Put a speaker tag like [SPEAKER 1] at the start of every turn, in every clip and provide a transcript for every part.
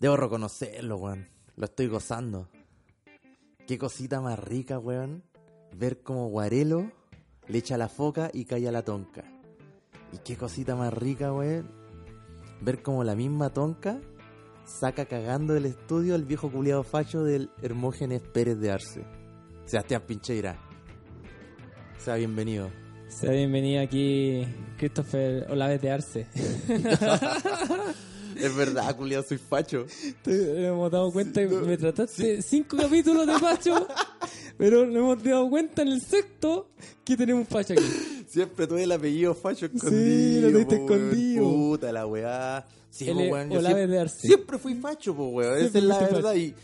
[SPEAKER 1] Debo reconocerlo, weón. Lo estoy gozando. Qué cosita más rica, weón. Ver como Guarelo le echa la foca y calla la tonca. Y qué cosita más rica, weón. Ver como la misma tonca saca cagando del estudio al viejo culiado facho del Hermógenes Pérez de Arce. Sebastián Pincheira. Sea bienvenido.
[SPEAKER 2] Sea bienvenido aquí, Christopher Olaves de Arce.
[SPEAKER 1] Es verdad, culiado, soy facho.
[SPEAKER 2] Te- Nos hemos dado cuenta que me trataste cinco capítulos de facho, pero nos hemos dado cuenta en el sexto que tenemos un facho aquí.
[SPEAKER 1] Siempre tuve el apellido facho
[SPEAKER 2] Sí,
[SPEAKER 1] escondido.
[SPEAKER 2] lo tuviste
[SPEAKER 1] po, weón.
[SPEAKER 2] escondido.
[SPEAKER 1] Puta la weá. Sí,
[SPEAKER 2] Él
[SPEAKER 1] po,
[SPEAKER 2] es
[SPEAKER 1] weón, yo
[SPEAKER 2] Olaves
[SPEAKER 1] siempre,
[SPEAKER 2] de Arce.
[SPEAKER 1] siempre fui facho, po, weón. Esa
[SPEAKER 2] Siempre
[SPEAKER 1] es la
[SPEAKER 2] fuiste
[SPEAKER 1] verdad. Y, y-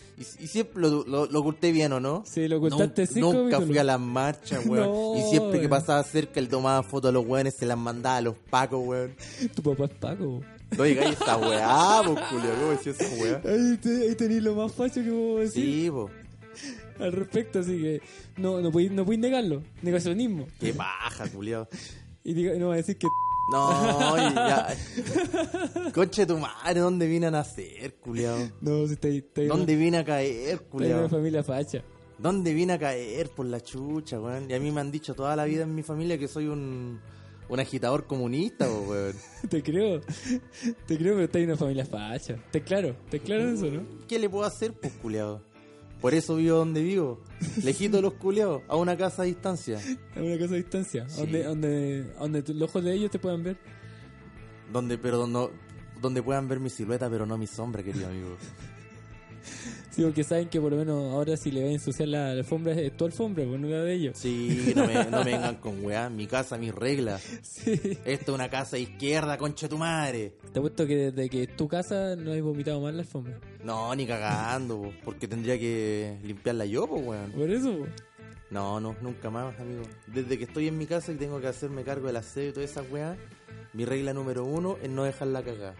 [SPEAKER 1] y siempre lo, lo, lo oculté bien, ¿o no?
[SPEAKER 2] Sí, lo ocultaste
[SPEAKER 1] Nun-
[SPEAKER 2] cinco
[SPEAKER 1] Nunca fui
[SPEAKER 2] capítulos.
[SPEAKER 1] a las marchas, weón.
[SPEAKER 2] No,
[SPEAKER 1] y siempre que
[SPEAKER 2] weón.
[SPEAKER 1] pasaba cerca, él tomaba fotos a los weones, se las mandaba a los pacos, weón.
[SPEAKER 2] Tu papá es Paco.
[SPEAKER 1] No digáis esa weá, po, culiao. ¿Cómo decía esa weá?
[SPEAKER 2] Ahí, te- ahí tenéis lo más facho que puedo decir
[SPEAKER 1] Sí, po.
[SPEAKER 2] al respecto, así que no, no podéis no podéis negarlo, negacionismo.
[SPEAKER 1] Qué baja, culiao.
[SPEAKER 2] Y diga- no va a decir que
[SPEAKER 1] No, y ya. Conche tu madre, ¿dónde vine a nacer, culiao?
[SPEAKER 2] no, si te, te
[SPEAKER 1] ¿Dónde vine a caer,
[SPEAKER 2] te- una
[SPEAKER 1] culiao?
[SPEAKER 2] familia facha.
[SPEAKER 1] ¿Dónde vine a caer por la chucha, weón? Y a mí me han dicho toda la vida en mi familia que soy un, un agitador comunista, po, weón.
[SPEAKER 2] Te creo, te creo, pero estáis en una familia facha. Te claro, te claro en eso, ¿no?
[SPEAKER 1] ¿Qué le puedo hacer, pues, culiao? Por eso vivo donde vivo. Lejito de los culiados, a una casa a distancia.
[SPEAKER 2] A una cosa a distancia,
[SPEAKER 1] Sí.
[SPEAKER 2] donde, donde, donde tu- los ojos de ellos te puedan ver.
[SPEAKER 1] Donde, pero no, donde puedan ver mi silueta, pero no mi sombra, querido amigo.
[SPEAKER 2] Sí, porque saben que por lo menos ahora si le va a ensuciar la alfombra, es tu alfombra, pues no la de ellos.
[SPEAKER 1] Sí, no me, no me vengan con weá. Mi casa, mis reglas.
[SPEAKER 2] Sí.
[SPEAKER 1] Esto es una casa de izquierda, concha de tu madre.
[SPEAKER 2] Te apuesto que desde que es tu casa no has vomitado más la alfombra.
[SPEAKER 1] No, ni cagando, po, porque tendría que limpiarla yo, pues, weón.
[SPEAKER 2] Por eso, pues, po.
[SPEAKER 1] No, no, nunca más, amigo. Desde que estoy en mi casa y tengo que hacerme cargo del aseo y todas esas weas, mi regla número uno es no dejarla cagar.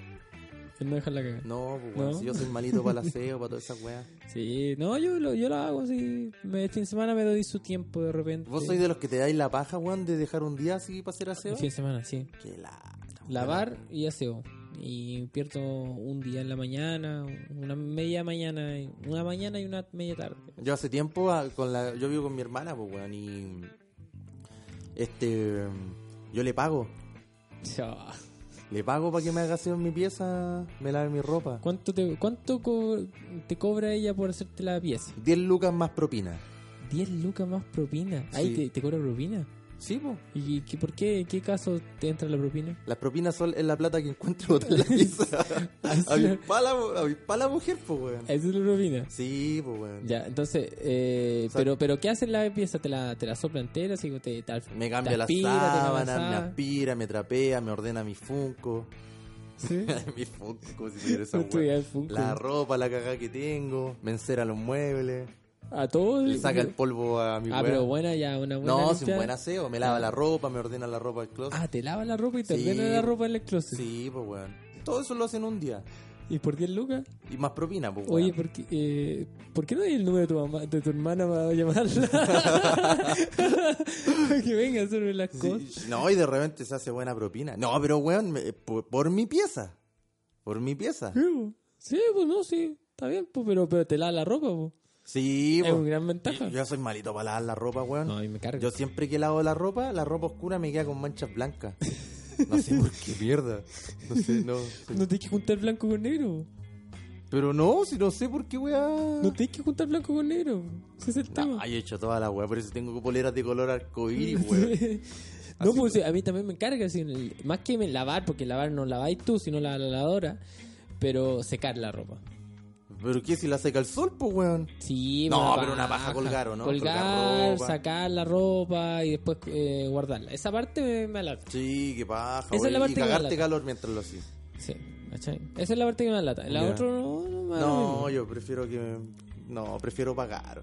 [SPEAKER 2] el no dejarla cagar.
[SPEAKER 1] No, pues weón,
[SPEAKER 2] ¿No?
[SPEAKER 1] si yo soy malito para el aseo, para todas esas weas.
[SPEAKER 2] Sí, no, yo lo, yo lo hago así. Me, este fin de semana me doy su tiempo de repente.
[SPEAKER 1] ¿Vos sois de los que te dais la paja, weón, de dejar un día así para hacer aseo?
[SPEAKER 2] El fin de semana, sí.
[SPEAKER 1] Que la...
[SPEAKER 2] Lavar y aseo. Y pierdo un día en la mañana, una media mañana, una mañana y una media tarde.
[SPEAKER 1] Yo hace tiempo, ah, con la... yo vivo con mi hermana, pues weón, y... Este... Yo le pago.
[SPEAKER 2] Ya.
[SPEAKER 1] Le pago para que me haga aseo en mi pieza, me lave mi ropa.
[SPEAKER 2] ¿Cuánto, te, cuánto co- te cobra ella por hacerte la pieza?
[SPEAKER 1] 10 lucas más propina.
[SPEAKER 2] 10 lucas más propina. Ahí
[SPEAKER 1] Sí.
[SPEAKER 2] te, te cobra propina.
[SPEAKER 1] Sí, pues.
[SPEAKER 2] ¿Y qué- por qué? ¿En qué caso te entra la propina?
[SPEAKER 1] Las propinas son es la plata que encuentro en la pieza.
[SPEAKER 2] Así-
[SPEAKER 1] avispá la, avispá la mujer, pues, weón.
[SPEAKER 2] Esa es la propina.
[SPEAKER 1] Sí, pues, weón.
[SPEAKER 2] Ya, entonces, eh,
[SPEAKER 1] sea-
[SPEAKER 2] pero, pero ¿qué hace la pieza? ¿Te la, te la sopla entera? Así, que te, te,
[SPEAKER 1] Me cambia
[SPEAKER 2] te
[SPEAKER 1] la
[SPEAKER 2] aspira, te
[SPEAKER 1] sábana,
[SPEAKER 2] la
[SPEAKER 1] me
[SPEAKER 2] sábana.
[SPEAKER 1] aspira, me trapea, me ordena mi funko.
[SPEAKER 2] ¿Sí?
[SPEAKER 1] mi funko, como si tuviera esa
[SPEAKER 2] No tuviera el
[SPEAKER 1] weón.
[SPEAKER 2] Funko.
[SPEAKER 1] La ropa, la cagada que tengo. Me encera los muebles.
[SPEAKER 2] A todo.
[SPEAKER 1] Le saca el polvo a mi
[SPEAKER 2] Ah,
[SPEAKER 1] weón.
[SPEAKER 2] pero buena ya, una buena.
[SPEAKER 1] no, es un
[SPEAKER 2] limpia.
[SPEAKER 1] buen aseo. Me lava
[SPEAKER 2] Ah.
[SPEAKER 1] la ropa, me ordena la ropa del closet.
[SPEAKER 2] Ah, te lava la ropa y te
[SPEAKER 1] Sí.
[SPEAKER 2] ordena la ropa en el closet.
[SPEAKER 1] sí, pues, weón. Todo eso lo hacen un día.
[SPEAKER 2] ¿Y por 10 lucas?
[SPEAKER 1] Y más propina, pues,
[SPEAKER 2] Oye,
[SPEAKER 1] weón.
[SPEAKER 2] ¿por qué, eh, ¿por qué no hay el número de tu, mamá, de tu hermana para llamarla? Para que venga a hacerme las cosas.
[SPEAKER 1] Sí, no, y de repente se hace buena propina. No, pero weón, me- por, por mi pieza. Por mi pieza.
[SPEAKER 2] Sí, po. Sí, pues no, sí. Está bien, pues, pero, pero te lava la ropa, pues.
[SPEAKER 1] Sí,
[SPEAKER 2] Es
[SPEAKER 1] po.
[SPEAKER 2] una gran ventaja.
[SPEAKER 1] Yo- Yo soy malito para lavar la ropa, weón.
[SPEAKER 2] No, y me carga.
[SPEAKER 1] Yo siempre que lavo la ropa, la ropa oscura me queda con manchas blancas. No sé por qué mierda. No sé, no. sé.
[SPEAKER 2] No tienes que juntar blanco con negro. po.
[SPEAKER 1] Pero no, si no sé por qué weón.
[SPEAKER 2] No tienes que juntar blanco con negro. po. Ese es el tema.
[SPEAKER 1] yo he hecho toda la weá, por eso tengo poleras de color arcoíris, weón.
[SPEAKER 2] no,
[SPEAKER 1] Así
[SPEAKER 2] pues a mí también me encarga, así, en el- más que me- lavar, porque lavar no laváis tú, sino la la lavadora, pero secar la ropa.
[SPEAKER 1] Pero qué si la seca el sol, pues weón.
[SPEAKER 2] Sí, pues,
[SPEAKER 1] No,
[SPEAKER 2] la
[SPEAKER 1] pero una paja colgar, ¿o no? Colgar
[SPEAKER 2] Colgar,
[SPEAKER 1] ropa.
[SPEAKER 2] sacar la ropa y después eh, guardarla. Esa parte me, me alarga.
[SPEAKER 1] Sí, qué paja,
[SPEAKER 2] Esa es
[SPEAKER 1] weón.
[SPEAKER 2] la
[SPEAKER 1] Y
[SPEAKER 2] parte que me
[SPEAKER 1] cagarte
[SPEAKER 2] lata.
[SPEAKER 1] calor mientras lo haces.
[SPEAKER 2] Sí, ¿cachai? Esa es la parte que me alata. La
[SPEAKER 1] Ya.
[SPEAKER 2] otra no, no me da lo
[SPEAKER 1] No,
[SPEAKER 2] mismo.
[SPEAKER 1] yo prefiero que. No, prefiero pagar.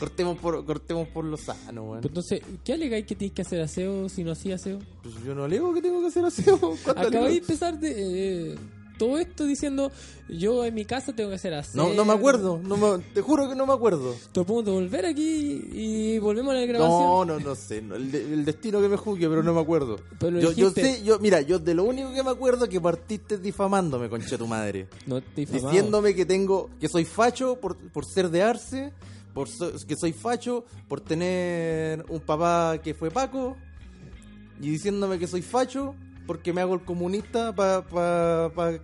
[SPEAKER 1] Cortemos por, cortemos por lo sano, weón.
[SPEAKER 2] Pero Entonces, ¿qué alegáis que tienes que hacer aseo si no hacía aseo?
[SPEAKER 1] Pues yo no leo que tengo que hacer aseo. ¿Cuánto
[SPEAKER 2] Acabáis de
[SPEAKER 1] alego?
[SPEAKER 2] empezar de. eh, todo esto diciendo, yo en mi casa tengo que hacer así.
[SPEAKER 1] No, no me acuerdo, no me- te juro que no me acuerdo.
[SPEAKER 2] Te pongo de volver aquí y volvemos a la grabación.
[SPEAKER 1] No, no, no sé. no, el, de- el destino que me juzgue, pero no me acuerdo.
[SPEAKER 2] Pero lo
[SPEAKER 1] yo, yo
[SPEAKER 2] dijiste.
[SPEAKER 1] sé, yo, mira, yo de lo único que me acuerdo es que partiste difamándome, concha tu madre.
[SPEAKER 2] No te difamado.
[SPEAKER 1] Diciéndome que tengo, que soy facho por, por ser de Arce, por so- que soy facho por tener un papá que fue Paco, y diciéndome que soy facho porque me hago el comunista para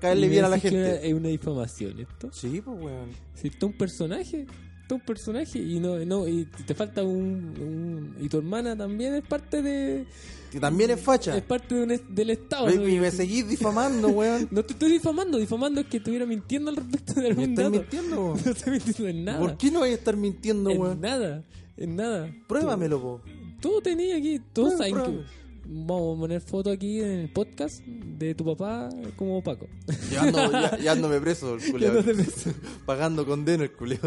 [SPEAKER 1] caerle
[SPEAKER 2] Y me
[SPEAKER 1] bien a la
[SPEAKER 2] decís que
[SPEAKER 1] gente.
[SPEAKER 2] Es una difamación esto.
[SPEAKER 1] Sí, pues weón.
[SPEAKER 2] Si está un personaje, está un personaje y no, no y te falta un, un- y tu hermana también es parte de
[SPEAKER 1] Que también es facha.
[SPEAKER 2] es parte de un es- del estado.
[SPEAKER 1] Y
[SPEAKER 2] ¿no?
[SPEAKER 1] y me seguís difamando, weón.
[SPEAKER 2] No te estoy difamando, difamando es que estuviera mintiendo al respecto de
[SPEAKER 1] Me
[SPEAKER 2] algún
[SPEAKER 1] estás
[SPEAKER 2] dato.
[SPEAKER 1] mintiendo, weón.
[SPEAKER 2] No estoy mintiendo en nada.
[SPEAKER 1] ¿Por qué no voy a estar mintiendo,
[SPEAKER 2] en
[SPEAKER 1] weón?
[SPEAKER 2] nada, en nada.
[SPEAKER 1] Pruébamelo, po.
[SPEAKER 2] Todo tenía aquí, todo
[SPEAKER 1] Prueba,
[SPEAKER 2] saben que-
[SPEAKER 1] prueba.
[SPEAKER 2] Vamos a poner foto aquí en el podcast de tu papá como Paco.
[SPEAKER 1] Ya ando- ya- ya ándome preso, el culiao.
[SPEAKER 2] Llévate preso.
[SPEAKER 1] Pagando condena, el culiao.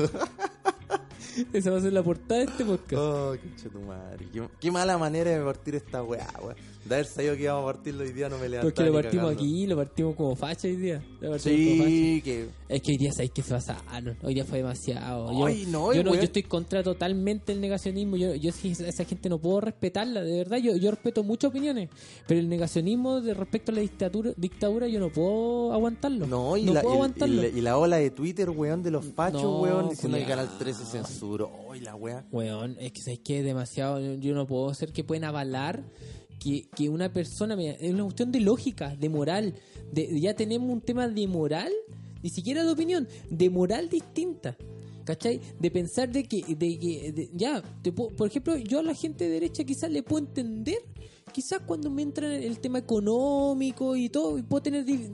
[SPEAKER 2] Esa va a ser la portada de este podcast.
[SPEAKER 1] Oh, concha tu madre. Qué, qué mala manera de partir esta weá, weón. De haber sabido que íbamos a partirlo hoy día no me levantaba
[SPEAKER 2] Porque lo
[SPEAKER 1] ni
[SPEAKER 2] partimos
[SPEAKER 1] cagando.
[SPEAKER 2] aquí, lo partimos como facha hoy día. Lo partimos como facha.
[SPEAKER 1] Sí, que.
[SPEAKER 2] Es que hoy día sabéis que se pasaron. Hoy día fue demasiado. Yo,
[SPEAKER 1] Ay, no,
[SPEAKER 2] yo,
[SPEAKER 1] weón.
[SPEAKER 2] yo estoy contra totalmente el negacionismo. Yo, yo sí, esa esa gente no puedo respetarla. De verdad, yo, yo respeto muchas opiniones. Pero el negacionismo de respecto a la dictadura, dictadura yo no puedo aguantarlo.
[SPEAKER 1] No, y, la,
[SPEAKER 2] puedo
[SPEAKER 1] y- y
[SPEAKER 2] aguantarlo.
[SPEAKER 1] la- y la ola de Twitter, weón, de los fachos,
[SPEAKER 2] No,
[SPEAKER 1] weón, diciendo que
[SPEAKER 2] culiao.
[SPEAKER 1] Canal 13 censuró. Ay, la weá.
[SPEAKER 2] Weón, es que sabéis que es demasiado. Yo, yo no puedo ser que pueden avalar que, que una persona. mira, es una cuestión de lógica, de moral. De, ya tenemos un tema de moral, ni siquiera de opinión, de moral distinta. ¿Cachai? De pensar de que. De, que- de- ya, te puedo- por ejemplo, yo a la gente de derecha quizás le puedo entender. Quizás cuando me entra en el tema económico y todo, y puedo tener di-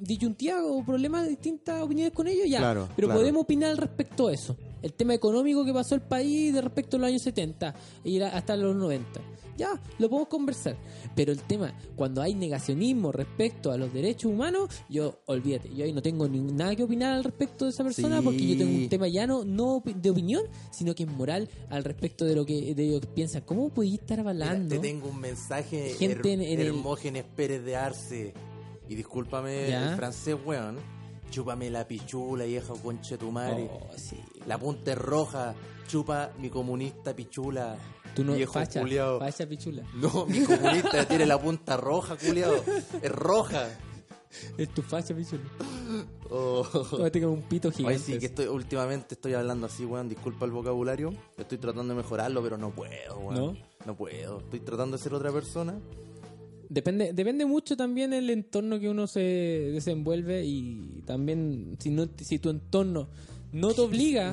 [SPEAKER 2] disyuntivas o problemas, distintas opiniones con ellos, ya.
[SPEAKER 1] Claro,
[SPEAKER 2] pero
[SPEAKER 1] claro.
[SPEAKER 2] podemos opinar al respecto a eso. El tema económico que pasó el país de respecto a los años 70 y la- hasta los 90. Ya, lo podemos conversar. Pero el tema, cuando hay negacionismo respecto a los derechos humanos, yo, olvídate, yo ahí no tengo ni- nada que opinar al respecto de esa persona
[SPEAKER 1] Sí.
[SPEAKER 2] porque yo tengo un tema ya no, no opi- de opinión, sino que es moral al respecto de lo que de ellos piensan. ¿Cómo podéis estar
[SPEAKER 1] Mira,
[SPEAKER 2] avalando?
[SPEAKER 1] te tengo un mensaje
[SPEAKER 2] Gente
[SPEAKER 1] her-
[SPEAKER 2] en- en el-
[SPEAKER 1] Hermógenes Pérez de Arce. Y discúlpame
[SPEAKER 2] Ya.
[SPEAKER 1] el francés, weón. Chúpame la pichula, vieja concha tu madre.
[SPEAKER 2] Oh, sí.
[SPEAKER 1] La punta es roja. Chupa mi comunista pichula.
[SPEAKER 2] Tú no,
[SPEAKER 1] viejo
[SPEAKER 2] facha,
[SPEAKER 1] culiao.
[SPEAKER 2] facha pichula.
[SPEAKER 1] No, mi comunista tiene la punta roja, culiado. Es roja.
[SPEAKER 2] Es tu facha pichula.
[SPEAKER 1] Oh.
[SPEAKER 2] Te tengo un pito gigante.
[SPEAKER 1] Oye, sí, que estoy, últimamente estoy hablando así, weón. Disculpa el vocabulario. Estoy tratando de mejorarlo, pero no puedo, weón.
[SPEAKER 2] ¿No?
[SPEAKER 1] puedo. Estoy tratando de ser otra persona.
[SPEAKER 2] Depende, depende mucho también el entorno que uno se desenvuelve y también si no si tu entorno no te obliga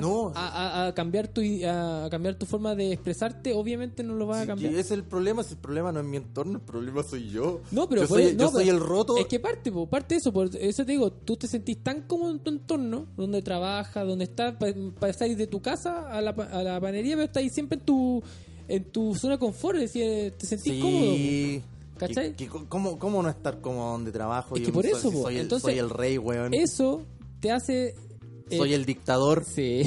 [SPEAKER 1] No.
[SPEAKER 2] a, a- a cambiar tu i- a, a cambiar tu forma de expresarte, obviamente no lo vas a
[SPEAKER 1] Sí,
[SPEAKER 2] cambiar.
[SPEAKER 1] que ese es el problema, si el problema no es mi entorno, el problema soy yo.
[SPEAKER 2] No, pero
[SPEAKER 1] yo
[SPEAKER 2] por- e-,
[SPEAKER 1] soy, yo
[SPEAKER 2] no,
[SPEAKER 1] soy
[SPEAKER 2] pero-
[SPEAKER 1] el roto.
[SPEAKER 2] Es que parte, po, parte de eso, por eso te digo, tú te sentís tan cómodo en tu entorno, donde trabajas, donde estás, pa- pasáis de tu casa a la, pa- a la panería, pero estás siempre en tu en tu zona de confort, es decir, te sentís cómodo. po.
[SPEAKER 1] Sí.
[SPEAKER 2] ¿Cachai?
[SPEAKER 1] Que- que- ¿cómo, ¿Cómo no estar cómodo donde trabajo?
[SPEAKER 2] Es
[SPEAKER 1] Yo
[SPEAKER 2] que por
[SPEAKER 1] soy-
[SPEAKER 2] eso, po.
[SPEAKER 1] soy, el,
[SPEAKER 2] Entonces,
[SPEAKER 1] soy el rey, weón.
[SPEAKER 2] Eso te hace eh,
[SPEAKER 1] Soy el dictador.
[SPEAKER 2] sí.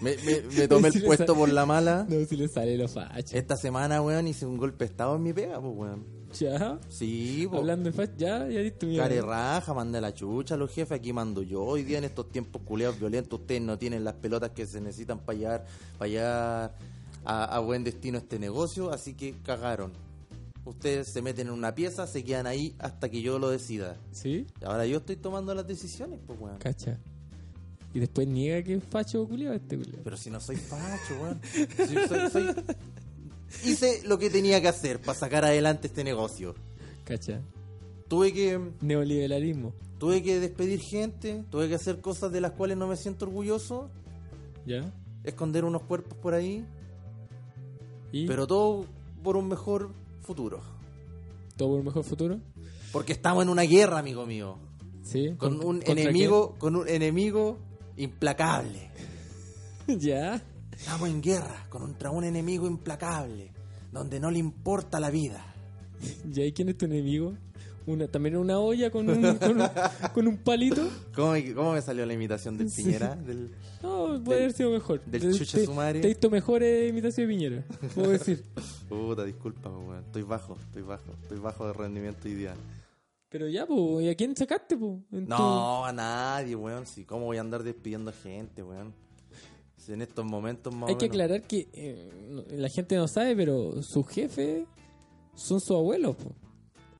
[SPEAKER 1] Me, me- me tomé el
[SPEAKER 2] Sí,
[SPEAKER 1] puesto
[SPEAKER 2] esa-
[SPEAKER 1] por la mala.
[SPEAKER 2] No, si le sale lo facha.
[SPEAKER 1] Esta semana, weón, hice un golpe de estado en mi pega, pues, weón.
[SPEAKER 2] Ya,
[SPEAKER 1] Sí, pues.
[SPEAKER 2] hablando de facha, ya, ya diste mi.
[SPEAKER 1] Care raja, manda la chucha a los jefes, aquí mando yo. Hoy día en estos tiempos culeados violentos, ustedes no tienen las pelotas que se necesitan para llegar, para llegar a, a buen destino este negocio, así que cagaron. Ustedes se meten en una pieza, se quedan ahí hasta que yo lo decida.
[SPEAKER 2] Sí,
[SPEAKER 1] Y Ahora yo estoy tomando las decisiones, pues weón.
[SPEAKER 2] cacha. Y después niega que es facho culiao este culiao.
[SPEAKER 1] Pero si no soy facho, weón. Si yo soy- soy- Hice lo que tenía que hacer para sacar adelante este negocio.
[SPEAKER 2] Cacha.
[SPEAKER 1] Tuve que
[SPEAKER 2] Neoliberalismo.
[SPEAKER 1] Tuve que despedir gente, tuve que hacer cosas de las cuales no me siento orgulloso,
[SPEAKER 2] ¿Ya?
[SPEAKER 1] esconder unos cuerpos por ahí,
[SPEAKER 2] Y
[SPEAKER 1] pero todo por un mejor futuro.
[SPEAKER 2] todo por un mejor futuro.
[SPEAKER 1] Porque estamos en una guerra, amigo mío,
[SPEAKER 2] Sí.
[SPEAKER 1] con
[SPEAKER 2] ¿Con-
[SPEAKER 1] un
[SPEAKER 2] contra
[SPEAKER 1] enemigo, con un enemigo implacable.
[SPEAKER 2] quién? ya.
[SPEAKER 1] Estamos en guerra contra un enemigo implacable, donde no le importa la vida.
[SPEAKER 2] ¿Ya y quién es tu enemigo? Una, también una olla con un, con un, con un palito.
[SPEAKER 1] ¿Cómo, me- cómo me salió la imitación del
[SPEAKER 2] Sí.
[SPEAKER 1] Piñera? Del-
[SPEAKER 2] No, puede
[SPEAKER 1] Del-
[SPEAKER 2] haber sido mejor.
[SPEAKER 1] del
[SPEAKER 2] Te-
[SPEAKER 1] chucha
[SPEAKER 2] te-
[SPEAKER 1] su madre.
[SPEAKER 2] Te he visto mejor eh, imitación de Piñera. Puedo decir.
[SPEAKER 1] Puta, disculpa, weón. Estoy bajo, estoy bajo, estoy bajo de rendimiento ideal.
[SPEAKER 2] Pero ya, po, ¿y a quién sacaste, po? En tu-
[SPEAKER 1] No, a nadie, weón. Si, ¿Cómo voy a andar despidiendo a gente, weón? Si en estos momentos más o
[SPEAKER 2] Hay que
[SPEAKER 1] menos-
[SPEAKER 2] aclarar que eh, no- la gente no sabe, pero sus jefes son sus abuelos, po.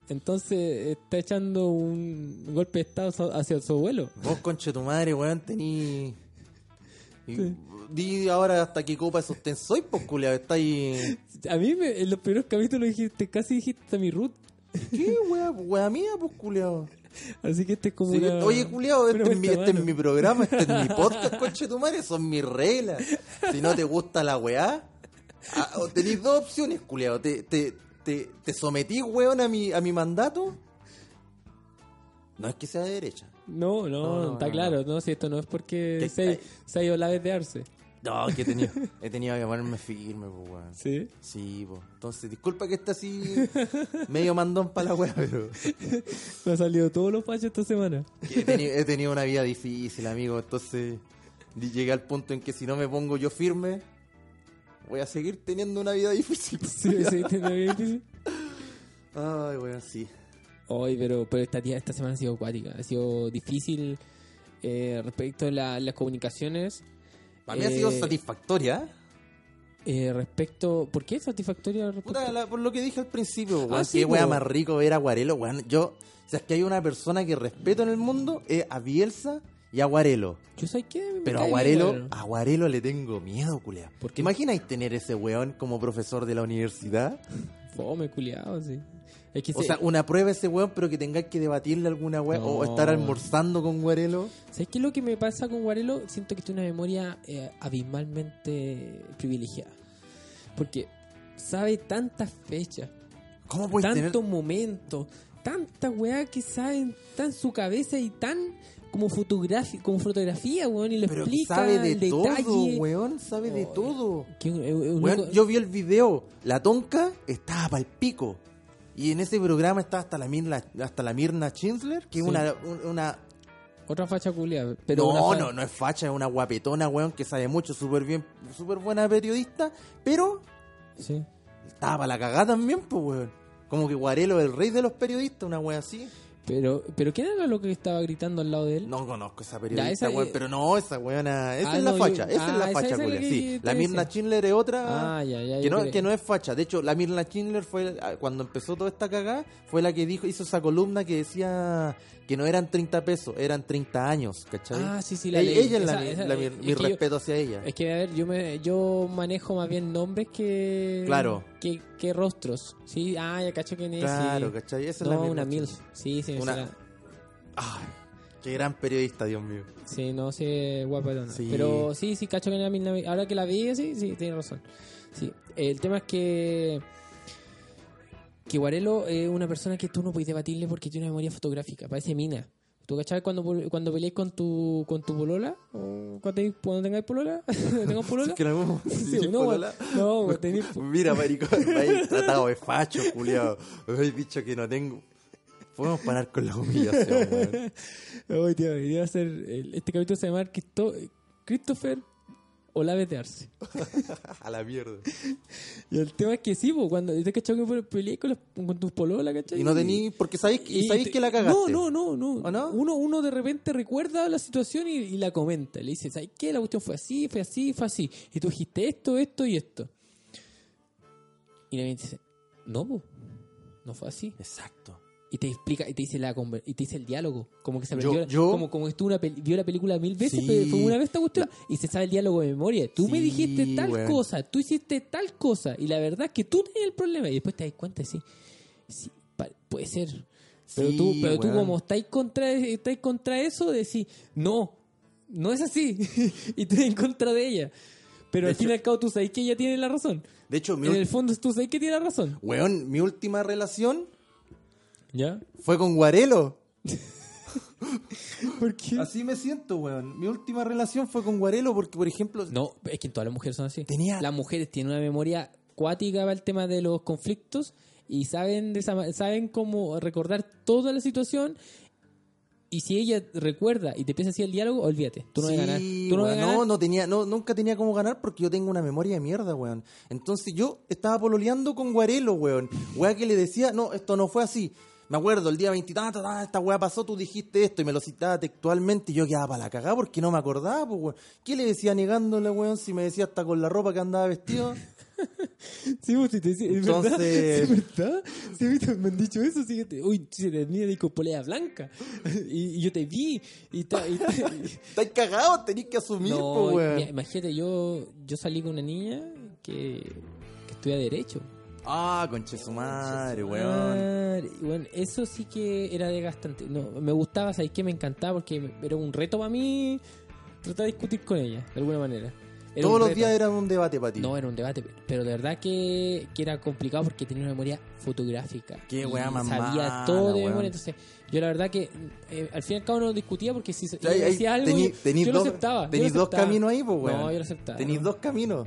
[SPEAKER 2] Entonces está echando un golpe de estado so- hacia su abuelo.
[SPEAKER 1] Vos, conche tu madre, weón, tení. y- Di ahora hasta qué copa de sostén soy, pues, culiao. Está ahí.
[SPEAKER 2] A mí me- en los primeros capítulos dijiste, casi dijiste a mi Ruth.
[SPEAKER 1] ¿Qué, wea? Wea mía, pues, culiao.
[SPEAKER 2] Así que este es como
[SPEAKER 1] Sí,
[SPEAKER 2] una-
[SPEAKER 1] oye, culiao,
[SPEAKER 2] una
[SPEAKER 1] este, es mi,
[SPEAKER 2] vuelta
[SPEAKER 1] este es
[SPEAKER 2] mano.
[SPEAKER 1] mi programa, este es mi podcast, conche tu madre. Son mis reglas. Si no te gusta la weá, ah, o tenéis dos opciones, culiao. Te, te, te, te sometí, weón, a mi, a mi mandato. No es que sea de derecha.
[SPEAKER 2] No, no,
[SPEAKER 1] No, no,
[SPEAKER 2] está
[SPEAKER 1] no,
[SPEAKER 2] claro, no. si esto no es porque
[SPEAKER 1] Que-
[SPEAKER 2] se, se ha ido la vez de Arce.
[SPEAKER 1] No, que he tenido, he tenido que ponerme firme, pues, weón.
[SPEAKER 2] Sí.
[SPEAKER 1] Sí, po. Entonces, disculpa que esté así medio mandón para la weá, pero
[SPEAKER 2] Me ha salido todos los pachos esta semana.
[SPEAKER 1] he tenido, he tenido una vida difícil, amigo. Entonces, di- llegué al punto en que si no me pongo yo firme, voy a seguir teniendo una vida difícil.
[SPEAKER 2] Sí, sí, te- me había dicho.
[SPEAKER 1] Ay, weón, sí.
[SPEAKER 2] Hoy, pero, pero esta, tía- esta semana ha sido acuática. Ha sido difícil eh, respecto a la- las comunicaciones.
[SPEAKER 1] Para mí ha sido
[SPEAKER 2] Eh,
[SPEAKER 1] satisfactoria. ¿eh?
[SPEAKER 2] eh, respecto. ¿Por qué satisfactoria? respecto-
[SPEAKER 1] Puta, la- por lo que dije al principio, weón.
[SPEAKER 2] Ah, sí,
[SPEAKER 1] qué
[SPEAKER 2] po.
[SPEAKER 1] weá más rico ver a Guarelo, weón. Yo, o sea, es que hay una persona que respeto en el mundo, es a Bielsa y a Guarelo.
[SPEAKER 2] Yo sé que. me
[SPEAKER 1] Pero a
[SPEAKER 2] cae bien,
[SPEAKER 1] Guarelo,
[SPEAKER 2] bueno.
[SPEAKER 1] a Guarelo le tengo miedo, culiao.
[SPEAKER 2] ¿Por qué?
[SPEAKER 1] ¿Te imagináis tener ese weón como profesor de la universidad?
[SPEAKER 2] Fome, culiao, sí. Es que
[SPEAKER 1] O
[SPEAKER 2] se-
[SPEAKER 1] sea, una prueba ese weón, pero que tengáis que debatirle alguna weón o
[SPEAKER 2] No.
[SPEAKER 1] estar almorzando con Guarelo.
[SPEAKER 2] ¿Sabes qué es lo que me pasa con Guarelo? Siento que tiene una memoria eh, abismalmente privilegiada. Porque sabe tantas fechas,
[SPEAKER 1] ¿Cómo puedes
[SPEAKER 2] tantos
[SPEAKER 1] tener?
[SPEAKER 2] momentos, tantas weá que saben, tan su cabeza y tan como, fotografi- como fotografía, weón, y lo
[SPEAKER 1] Pero
[SPEAKER 2] explica
[SPEAKER 1] sabe de
[SPEAKER 2] el detalle.
[SPEAKER 1] todo, weón, sabe de
[SPEAKER 2] Oh,
[SPEAKER 1] todo.
[SPEAKER 2] Que un- un- un
[SPEAKER 1] Weón,
[SPEAKER 2] loco-
[SPEAKER 1] yo vi el video, la tonca estaba pa'l pico. Y en ese programa está hasta la Mirna, hasta la Mirna Chinsler, que es
[SPEAKER 2] Sí.
[SPEAKER 1] una, un- una
[SPEAKER 2] Otra facha culiada. Pero una
[SPEAKER 1] no,
[SPEAKER 2] fa-
[SPEAKER 1] no, no es facha, es una guapetona, weón, que sabe mucho, súper bien, súper buena periodista, pero
[SPEAKER 2] Sí.
[SPEAKER 1] estaba pa' la cagada también, pues, weón. Como que Guarelo es el rey de los periodistas, una wea así.
[SPEAKER 2] Pero, pero ¿quién era lo que estaba gritando al lado de él?
[SPEAKER 1] No conozco esa periodista,
[SPEAKER 2] Ya, esa-
[SPEAKER 1] weón, pero no, esa weona, esa
[SPEAKER 2] Ah,
[SPEAKER 1] es la
[SPEAKER 2] no, yo-
[SPEAKER 1] facha, esa
[SPEAKER 2] ah,
[SPEAKER 1] es la
[SPEAKER 2] esa-
[SPEAKER 1] facha,
[SPEAKER 2] esa es la
[SPEAKER 1] culia,
[SPEAKER 2] que
[SPEAKER 1] sí.
[SPEAKER 2] te
[SPEAKER 1] La Mirna
[SPEAKER 2] decía.
[SPEAKER 1] Schindler es otra...
[SPEAKER 2] Ah, ya, ya.
[SPEAKER 1] que
[SPEAKER 2] yo
[SPEAKER 1] no,
[SPEAKER 2] creo-
[SPEAKER 1] que no es facha. De hecho, la Mirna Schindler fue ah, cuando empezó toda esta cagada, fue la que dijo, hizo esa columna que decía que no eran 30 pesos, eran 30 años, ¿cachai?
[SPEAKER 2] Ah, sí, sí, la
[SPEAKER 1] Ella-
[SPEAKER 2] leí.
[SPEAKER 1] ella es la,
[SPEAKER 2] Esa-
[SPEAKER 1] mi-
[SPEAKER 2] esa-
[SPEAKER 1] la mi-
[SPEAKER 2] es
[SPEAKER 1] mi
[SPEAKER 2] que yo-
[SPEAKER 1] respeto hacia ella.
[SPEAKER 2] Es que, a ver, yo, me, yo manejo más bien nombres que.
[SPEAKER 1] Claro.
[SPEAKER 2] Que, que rostros. Sí, ah, ya cacho quién es.
[SPEAKER 1] Claro,
[SPEAKER 2] sí.
[SPEAKER 1] ¿cachai? Esa
[SPEAKER 2] No,
[SPEAKER 1] es la
[SPEAKER 2] una
[SPEAKER 1] mil.
[SPEAKER 2] Mills. Sí, sí,
[SPEAKER 1] Una-
[SPEAKER 2] sí, la-
[SPEAKER 1] Ay, qué gran periodista, Dios mío.
[SPEAKER 2] sí, no sé, guapa no.
[SPEAKER 1] Sí.
[SPEAKER 2] Pero sí, sí, cacho quién era Milna Mills. Ahora que la vi, sí, sí, tiene razón. Sí, el tema es que. Que Guarelo es una persona que tú no puedes debatirle porque tiene una memoria fotográfica, parece mina. ¿Tú cachai cuando, pol- cuando peleáis con tu, con tu polola? ¿O Cuando, tengáis- cuando tengáis polola? ¿Tengo polola?
[SPEAKER 1] Que la vamos a
[SPEAKER 2] Sí,
[SPEAKER 1] decir,
[SPEAKER 2] no,
[SPEAKER 1] polola.
[SPEAKER 2] no, güey, tenés-
[SPEAKER 1] Mira, maricón, me habéis tratado de facho, culiado. Me habéis dicho que no tengo. Podemos parar con la humillación, weón.
[SPEAKER 2] Hoy tío, debería ser. el- Este capítulo se llama Cristo, Christopher Olaves de Arce.
[SPEAKER 1] A la mierda.
[SPEAKER 2] Y el tema es que sí, po, cuando te cachado que por peleé con, los- con tus pololas, ¿cachai?
[SPEAKER 1] Y no tení. Porque sabéis, y
[SPEAKER 2] y
[SPEAKER 1] sabéis
[SPEAKER 2] te-
[SPEAKER 1] que la cagaste.
[SPEAKER 2] No, no, no, no.
[SPEAKER 1] ¿O no?
[SPEAKER 2] Uno, uno de repente recuerda la situación y, y la comenta. Le dice, ¿sabes qué? La cuestión fue así, fue así, fue así. Y tú dijiste esto, esto y esto. Y la gente dice, no, po, no fue así.
[SPEAKER 1] Exacto.
[SPEAKER 2] y te explica y te dice la conver- y te dice el diálogo como que se
[SPEAKER 1] Yo-
[SPEAKER 2] aprendió
[SPEAKER 1] yo-
[SPEAKER 2] como como estuvo una peli- vio la película mil veces
[SPEAKER 1] Sí.
[SPEAKER 2] pero fue una vez esta cuestión y se sabe el diálogo de memoria tú me
[SPEAKER 1] Sí,
[SPEAKER 2] dijiste tal
[SPEAKER 1] weón.
[SPEAKER 2] cosa tú hiciste tal cosa y la verdad es que tú tenías el problema y después te das cuenta sí sí pa- puede ser pero
[SPEAKER 1] Sí,
[SPEAKER 2] tú pero tú
[SPEAKER 1] weón.
[SPEAKER 2] como estáis contra estáis contra eso decís no no es así y tú en contra de ella pero
[SPEAKER 1] De
[SPEAKER 2] al fin y al cabo tú sabes que ella tiene la razón
[SPEAKER 1] De hecho, mi,
[SPEAKER 2] en
[SPEAKER 1] ul-
[SPEAKER 2] el fondo tú sabes que tiene la razón
[SPEAKER 1] weón, mi última relación
[SPEAKER 2] ya
[SPEAKER 1] fue con Guarelo.
[SPEAKER 2] porque
[SPEAKER 1] Así me siento, weón. Mi última relación fue con Guarelo porque, por ejemplo,
[SPEAKER 2] No, es que todas las mujeres son así.
[SPEAKER 1] Tenía-
[SPEAKER 2] Las mujeres tienen una memoria cuática para el tema de los conflictos y saben de esa ma- saben cómo recordar toda la situación. Y si ella recuerda y te empieza así el diálogo, olvídate. Tú no vas a ganar.
[SPEAKER 1] Sí,
[SPEAKER 2] Tú no vas a
[SPEAKER 1] weón,
[SPEAKER 2] ganar.
[SPEAKER 1] no, no tenía, no, nunca tenía cómo ganar porque yo tengo una memoria de mierda, weón. Entonces yo estaba pololeando con Guarelo, weón. Weón que le decía, no, esto no fue así. me acuerdo, el día 20, ta, ta, ta, esta weá pasó, tú dijiste esto y me lo citaba textualmente y yo quedaba para la cagada porque no me acordaba, pues, weón. ¿Qué le decía negándole, weón, si me decía hasta con la ropa que andaba vestido?
[SPEAKER 2] Sí, vos, si te decía, ¿es
[SPEAKER 1] Entonces-
[SPEAKER 2] verdad? ¿Es verdad? Sí, a mí también me han dicho eso, sí, que te- uy, se tenía de polea blanca. Y, y yo te vi, y, ta- y ta- y-
[SPEAKER 1] Estás cagado, tenés que asumir,
[SPEAKER 2] No,
[SPEAKER 1] pues, weón.
[SPEAKER 2] mira, imagínate, yo, yo salí con una niña que, que estudia Derecho.
[SPEAKER 1] Ah, conche su madre, weón.
[SPEAKER 2] Madre, weón, eso sí que era desgastante. No, me gustaba, sabes que me encantaba porque me- era un reto para mí tratar de discutir con ella, de alguna manera. Era
[SPEAKER 1] Todos
[SPEAKER 2] un
[SPEAKER 1] los
[SPEAKER 2] reto.
[SPEAKER 1] días era un debate para ti.
[SPEAKER 2] No, era un debate, pero de verdad que, que era complicado porque tenía una memoria fotográfica.
[SPEAKER 1] Qué
[SPEAKER 2] Y
[SPEAKER 1] weá más mala,
[SPEAKER 2] Sabía todo de
[SPEAKER 1] weón.
[SPEAKER 2] memoria. Entonces, yo la verdad que eh, al fin y al cabo no discutía porque si se-
[SPEAKER 1] O sea, ahí-
[SPEAKER 2] ella decía algo,
[SPEAKER 1] tení-
[SPEAKER 2] yo-
[SPEAKER 1] tení
[SPEAKER 2] yo,
[SPEAKER 1] dos-
[SPEAKER 2] lo aceptaba. yo
[SPEAKER 1] tení
[SPEAKER 2] lo
[SPEAKER 1] dos
[SPEAKER 2] aceptaba.
[SPEAKER 1] caminos ahí, pues, weón.
[SPEAKER 2] No, yo lo aceptaba.
[SPEAKER 1] Tenéis dos caminos.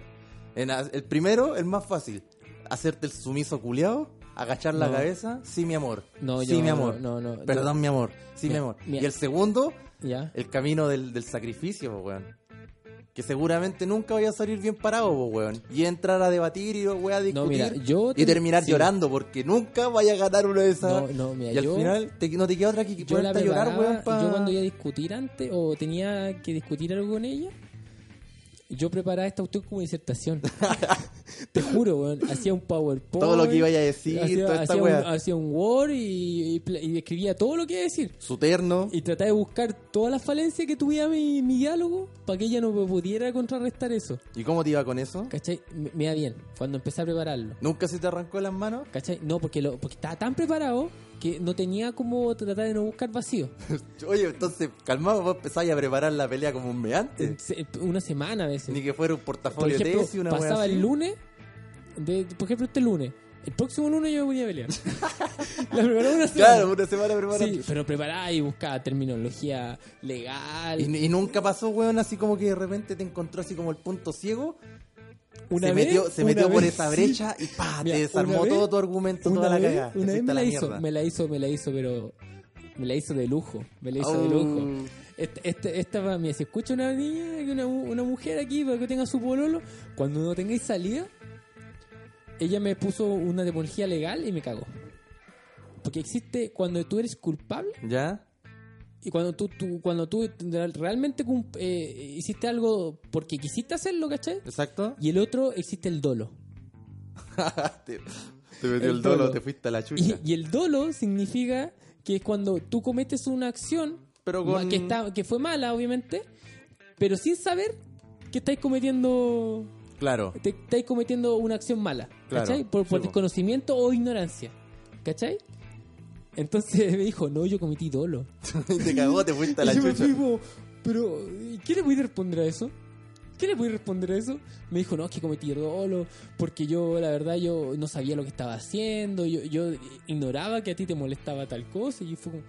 [SPEAKER 1] En a- el primero, el más fácil. Hacerte el sumiso culiao, agachar la
[SPEAKER 2] No.
[SPEAKER 1] cabeza. Sí, mi amor.
[SPEAKER 2] No,
[SPEAKER 1] sí,
[SPEAKER 2] yo-
[SPEAKER 1] mi amor.
[SPEAKER 2] no, no, no.
[SPEAKER 1] Perdón, mi amor. Sí, mi,
[SPEAKER 2] Mi-
[SPEAKER 1] amor.
[SPEAKER 2] mi-
[SPEAKER 1] Y el segundo,
[SPEAKER 2] ¿Ya?
[SPEAKER 1] el camino del, del sacrificio, pues, weón. Que seguramente nunca vaya a salir bien parado, pues, weón. Y entrar a debatir y weón, a discutir.
[SPEAKER 2] No, mira, yo...
[SPEAKER 1] y terminar
[SPEAKER 2] sí.
[SPEAKER 1] llorando porque nunca vaya a ganar uno de esas.
[SPEAKER 2] No, no, mira,
[SPEAKER 1] y al
[SPEAKER 2] yo-
[SPEAKER 1] final te- no te queda otra que que
[SPEAKER 2] yo la
[SPEAKER 1] ponerte a llorar,
[SPEAKER 2] preparaba,
[SPEAKER 1] weón, pa-
[SPEAKER 2] yo cuando iba a discutir antes o tenía que discutir algo con ella yo preparaba esta cuestión como disertación te juro weón hacía un powerpoint
[SPEAKER 1] Todo lo que iba a decir,
[SPEAKER 2] hacía,
[SPEAKER 1] toda esta
[SPEAKER 2] hacía
[SPEAKER 1] weá.
[SPEAKER 2] un, hacía un word y, y pla- y escribía todo lo que iba a decir
[SPEAKER 1] Su terno.
[SPEAKER 2] y trataba de buscar todas las falencias que tuviera mi, mi diálogo para que ella no pudiera contrarrestar eso
[SPEAKER 1] ¿Y cómo te iba con eso?
[SPEAKER 2] ¿cachai? me me da bien cuando empecé a prepararlo
[SPEAKER 1] ¿Nunca se te arrancó de las manos?
[SPEAKER 2] ¿cachai? no porque, lo, porque estaba tan preparado que no tenía como tratar de no buscar vacío
[SPEAKER 1] Oye, entonces, calmado, vos empezáis a preparar la pelea como un meante.
[SPEAKER 2] Se- una semana a veces
[SPEAKER 1] Ni que fuera un
[SPEAKER 2] Por
[SPEAKER 1] portafolio de
[SPEAKER 2] ejemplo,
[SPEAKER 1] tesis, una wea
[SPEAKER 2] pasaba
[SPEAKER 1] así.
[SPEAKER 2] el lunes, de- por ejemplo, este lunes. El próximo lunes yo me ponía a pelear. La preparaba una semana.
[SPEAKER 1] Claro, una semana preparando.
[SPEAKER 2] Sí, pero preparaba y buscaba terminología legal.
[SPEAKER 1] Y, y nunca pasó, weón, así como que de repente te encontró así como el punto ciego.
[SPEAKER 2] una
[SPEAKER 1] se
[SPEAKER 2] vez,
[SPEAKER 1] metió, se
[SPEAKER 2] una
[SPEAKER 1] metió por
[SPEAKER 2] vez,
[SPEAKER 1] esa
[SPEAKER 2] sí.
[SPEAKER 1] brecha y pa,
[SPEAKER 2] Mira,
[SPEAKER 1] te desarmó
[SPEAKER 2] una vez-
[SPEAKER 1] todo tu argumento,
[SPEAKER 2] una
[SPEAKER 1] toda la
[SPEAKER 2] vez,
[SPEAKER 1] cagada.
[SPEAKER 2] Una vez me la, hizo,
[SPEAKER 1] mierda.
[SPEAKER 2] me la hizo, me la hizo, pero me la hizo de lujo. Me la hizo
[SPEAKER 1] Oh.
[SPEAKER 2] de lujo. Este- este- esta va, mira, si escucha una niña, que una, mu- una mujer aquí para que tenga su pololo, cuando no tengáis salida, ella me puso una demonología legal y me cagó. Porque existe cuando tú eres culpable
[SPEAKER 1] ¿Ya?
[SPEAKER 2] y cuando tú, tú- cuando tú realmente cum- eh, hiciste algo porque quisiste hacerlo, ¿cachai?
[SPEAKER 1] ¿Exacto?
[SPEAKER 2] Y el otro existe el dolo.
[SPEAKER 1] te, te metió el,
[SPEAKER 2] El
[SPEAKER 1] dolo,
[SPEAKER 2] dolo.
[SPEAKER 1] te fuiste a la
[SPEAKER 2] Y,
[SPEAKER 1] chucha.
[SPEAKER 2] y el dolo significa que es cuando tú cometes una acción
[SPEAKER 1] Pero con-
[SPEAKER 2] que, está, que fue mala, obviamente, pero sin saber que estáis cometiendo
[SPEAKER 1] Claro.
[SPEAKER 2] te- estáis cometiendo una acción mala,
[SPEAKER 1] Claro,
[SPEAKER 2] ¿cachai? Por, por
[SPEAKER 1] sí, po.
[SPEAKER 2] desconocimiento o ignorancia, ¿cachai? Entonces me dijo, no, yo cometí dolo.
[SPEAKER 1] Y te cagó, te fuiste a la
[SPEAKER 2] Y yo me
[SPEAKER 1] chucha.
[SPEAKER 2] fui como, pero ¿y ¿qué le voy a responder a eso? ¿Qué le voy a responder a eso? Me dijo, no, es que cometí dolo, porque yo, la verdad, yo no sabía lo que estaba haciendo, yo, yo ignoraba que a ti te molestaba tal cosa, y yo fue como,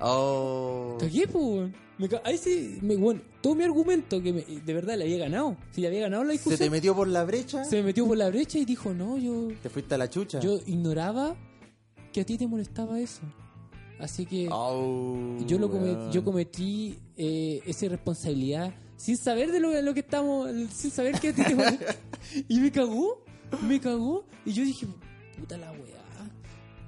[SPEAKER 1] Oh.
[SPEAKER 2] cagué, po, weón. Me ca- Ahí sí, me, bueno, todo mi argumento, que me- de verdad le había ganado, si le había ganado la
[SPEAKER 1] Se
[SPEAKER 2] discusión,
[SPEAKER 1] te metió por la brecha,
[SPEAKER 2] se me metió por la brecha y dijo, no, yo,
[SPEAKER 1] te fuiste a la chucha.
[SPEAKER 2] yo ignoraba que a ti te molestaba eso. Así que...
[SPEAKER 1] Au,
[SPEAKER 2] Yo lo come-
[SPEAKER 1] Ah, weón.
[SPEAKER 2] yo cometí eh, esa irresponsabilidad sin saber de lo, lo que estamos, sin saber que y me cagó, me cagó y yo dije, puta la weá.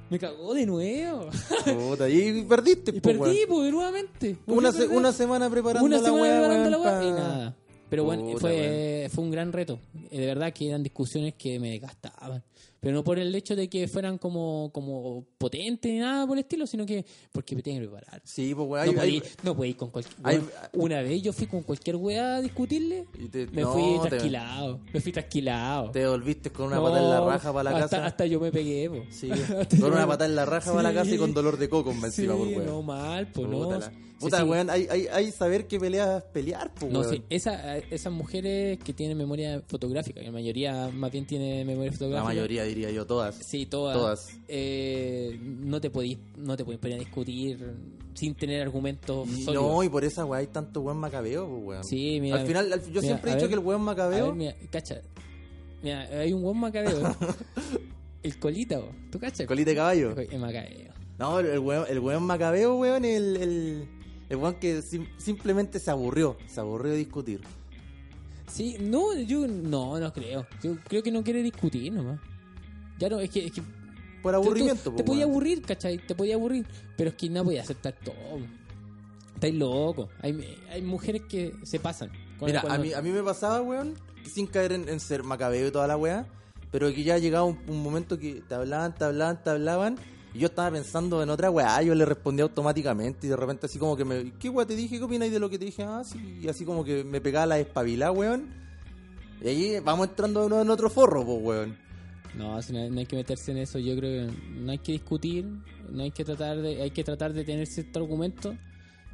[SPEAKER 2] Me cagó de nuevo.
[SPEAKER 1] Puta, y perdiste,
[SPEAKER 2] Y
[SPEAKER 1] po, weón.
[SPEAKER 2] perdí, pues, nuevamente. Volví
[SPEAKER 1] Una,
[SPEAKER 2] a
[SPEAKER 1] se-
[SPEAKER 2] perder.
[SPEAKER 1] una semana preparando
[SPEAKER 2] Una
[SPEAKER 1] la
[SPEAKER 2] semana
[SPEAKER 1] weá,
[SPEAKER 2] preparando
[SPEAKER 1] weón,
[SPEAKER 2] la weá y
[SPEAKER 1] pa-
[SPEAKER 2] nada. Pero bueno,
[SPEAKER 1] Puta,
[SPEAKER 2] fue, fue un gran reto. Eh, De verdad que eran discusiones que me desgastaban. Pero no por el hecho de que fueran como, como potentes ni nada por el estilo, sino que porque me tenía que preparar.
[SPEAKER 1] Sí, pues,
[SPEAKER 2] No
[SPEAKER 1] weón. ahí-
[SPEAKER 2] podí-
[SPEAKER 1] ahí-
[SPEAKER 2] no podí ir con cualquier.
[SPEAKER 1] Hay-
[SPEAKER 2] weón, una vez yo fui con cualquier weá a discutirle.
[SPEAKER 1] y te-
[SPEAKER 2] Me
[SPEAKER 1] no,
[SPEAKER 2] fui
[SPEAKER 1] te-
[SPEAKER 2] trasquilado. Me fui trasquilado.
[SPEAKER 1] Te volviste con una
[SPEAKER 2] No,
[SPEAKER 1] patada en la raja para la
[SPEAKER 2] hasta,
[SPEAKER 1] casa.
[SPEAKER 2] Hasta yo me pegué, po.
[SPEAKER 1] Sí,
[SPEAKER 2] hasta
[SPEAKER 1] con
[SPEAKER 2] yo
[SPEAKER 1] una
[SPEAKER 2] me-
[SPEAKER 1] patada en la raja para la casa y con dolor de coco encima,
[SPEAKER 2] Sí,
[SPEAKER 1] por weón.
[SPEAKER 2] no mal, po, no.
[SPEAKER 1] Puta, la-
[SPEAKER 2] Sí,
[SPEAKER 1] Puta,
[SPEAKER 2] sí.
[SPEAKER 1] weón, hay, hay, hay saber que peleas pelear, pues,
[SPEAKER 2] No,
[SPEAKER 1] weón.
[SPEAKER 2] sí, esa- esas mujeres que tienen memoria fotográfica, que la mayoría más bien tiene memoria
[SPEAKER 1] La
[SPEAKER 2] fotográfica.
[SPEAKER 1] mayoría, diría yo, todas.
[SPEAKER 2] Sí, todas.
[SPEAKER 1] Todas.
[SPEAKER 2] Eh, no te podís, no te podís poner a discutir sin tener argumentos
[SPEAKER 1] Y
[SPEAKER 2] sólidos.
[SPEAKER 1] no, y por esa weá hay tanto weón macabeo, pues, weón.
[SPEAKER 2] Sí, mira,
[SPEAKER 1] al final, ¿eh? al- yo
[SPEAKER 2] mira,
[SPEAKER 1] siempre he
[SPEAKER 2] a
[SPEAKER 1] dicho
[SPEAKER 2] ver,
[SPEAKER 1] que el weón
[SPEAKER 2] A ver,
[SPEAKER 1] macabeo.
[SPEAKER 2] mira, cacha. Mira, hay un buen macabeo. el colita, bo. ¿tú cachas?
[SPEAKER 1] Colita de caballo.
[SPEAKER 2] Es macabeo.
[SPEAKER 1] No, el, el weón, el weón macabeo, weón, el, el, el weón que sim- simplemente se aburrió, se aburrió de discutir.
[SPEAKER 2] Sí, no, yo no, no creo. Yo creo que no quiere discutir nomás. Ya no, es que, es que
[SPEAKER 1] por
[SPEAKER 2] Tú- tú-
[SPEAKER 1] aburrimiento.
[SPEAKER 2] Te
[SPEAKER 1] po,
[SPEAKER 2] podía
[SPEAKER 1] weón.
[SPEAKER 2] aburrir, ¿cachai? Te podía aburrir. Pero es que no podía aceptar todo. Estáis loco. Hay, hay mujeres que se pasan. con-
[SPEAKER 1] Mira,
[SPEAKER 2] con-
[SPEAKER 1] a mí, a mí me pasaba, weón, que sin caer en, en ser macabeo y toda la weá, pero que ya llegaba un, un momento que te hablaban, te hablaban, te hablaban, y yo estaba pensando en otra weá, yo le respondía automáticamente, y de repente así como que me, ¿qué weá te dije? ¿Qué opináis de lo que te dije? Ah, sí, y así como que me pegaba la espabilada, weón, y ahí vamos entrando de nuevo en otro forro, pues, weón.
[SPEAKER 2] No, si no, no hay que meterse en eso. Yo creo que no hay que discutir, no hay que tratar de, hay que tratar de tener cierto argumento.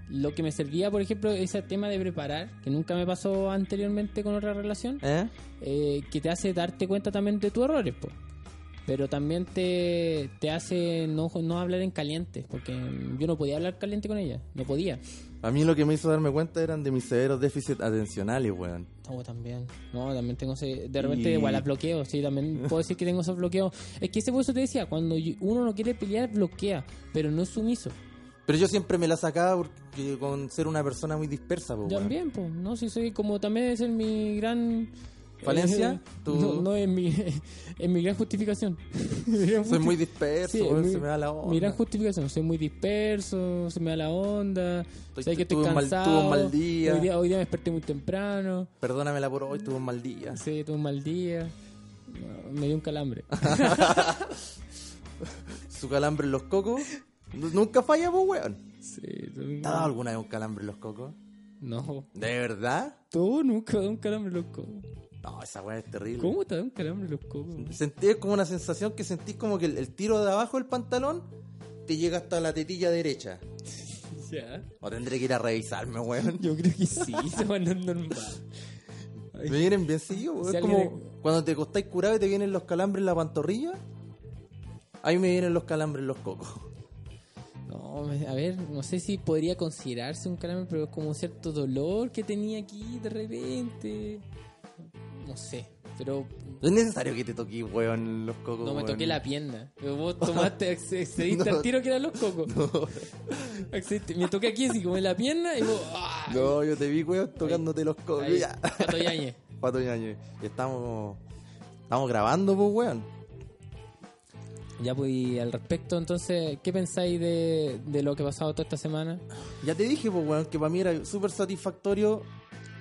[SPEAKER 2] Lo que me servía, por ejemplo, ese tema de preparar, que nunca me pasó anteriormente con otra relación,
[SPEAKER 1] ¿Eh?
[SPEAKER 2] eh, que te hace darte cuenta también de tus errores, po. pero también te, te hace no, no hablar en caliente, porque yo no podía hablar caliente con ella, no podía.
[SPEAKER 1] A mí lo que me hizo darme cuenta eran de mis severos déficits atencionales, weón.
[SPEAKER 2] No, también. No, también tengo ese... De repente
[SPEAKER 1] Y-
[SPEAKER 2] igual las bloqueo, sí, también puedo decir que tengo esos bloqueos. Es que ese por eso te decía, cuando y- uno no quiere pelear, bloquea, pero no es sumiso.
[SPEAKER 1] Pero yo siempre me la sacaba porque con ser una persona muy dispersa, pues,
[SPEAKER 2] Yo
[SPEAKER 1] weón.
[SPEAKER 2] También, pues, no, si soy como también es en mi gran... eh,
[SPEAKER 1] ¿Falencia? Tú-
[SPEAKER 2] No, no, en mi, en mi gran justificación. Mi gran
[SPEAKER 1] Soy
[SPEAKER 2] justi-
[SPEAKER 1] muy disperso,
[SPEAKER 2] Sí,
[SPEAKER 1] weón,
[SPEAKER 2] mi-
[SPEAKER 1] se me da la
[SPEAKER 2] Mi
[SPEAKER 1] onda.
[SPEAKER 2] gran justificación, soy muy disperso, se me da la onda,
[SPEAKER 1] Estoy-
[SPEAKER 2] sé que estoy
[SPEAKER 1] tuve un mal-
[SPEAKER 2] cansado.
[SPEAKER 1] tuve un mal día.
[SPEAKER 2] Hoy, día. hoy día me desperté muy temprano,
[SPEAKER 1] Perdónamela por hoy, tuve un mal día.
[SPEAKER 2] sí, tuve un mal día, no, me dio un calambre.
[SPEAKER 1] Su calambre en los cocos. nu- Nunca falla, pues, weón.
[SPEAKER 2] Sí, tú-
[SPEAKER 1] ¿Te ha dado alguna vez un calambre en los cocos?
[SPEAKER 2] No.
[SPEAKER 1] ¿De verdad?
[SPEAKER 2] Tú nunca da un calambre loco.
[SPEAKER 1] No, esa weón es terrible.
[SPEAKER 2] ¿Cómo te da un calambre loco?
[SPEAKER 1] Sentí es como una sensación que sentís como que el, el tiro de abajo del pantalón te llega hasta la tetilla derecha.
[SPEAKER 2] Ya.
[SPEAKER 1] O tendré que ir a revisarme, weón.
[SPEAKER 2] Yo creo que sí, se van a normal.
[SPEAKER 1] Me vienen bien seguido, weón.
[SPEAKER 2] Si
[SPEAKER 1] Es como
[SPEAKER 2] alguien-
[SPEAKER 1] cuando te acostáis curado y te vienen los calambres en la pantorrilla. Ahí me vienen los calambres en los cocos.
[SPEAKER 2] No, me- a ver, no sé si podría considerarse un calambre, pero es como un cierto dolor que tenía aquí de repente. No sé, pero
[SPEAKER 1] No es necesario que te toquís, weón, los cocos.
[SPEAKER 2] no me
[SPEAKER 1] weón.
[SPEAKER 2] toqué la pierna. Pero vos tomaste, acce- accediste
[SPEAKER 1] No.
[SPEAKER 2] al tiro que eran los cocos. Accediste- Me toqué aquí así como en la pierna y vos... ¡ah!
[SPEAKER 1] No, yo te vi, weón, tocándote los cocos.
[SPEAKER 2] Ahí,
[SPEAKER 1] Ya.
[SPEAKER 2] Pato Yáñez.
[SPEAKER 1] Pato Ñañez. Estamos. Estamos grabando, pues, weón.
[SPEAKER 2] Ya, pues, y al respecto, entonces, ¿qué pensáis de, de lo que ha pasado toda esta semana?
[SPEAKER 1] Ya te dije, pues, weón, que para mí era súper satisfactorio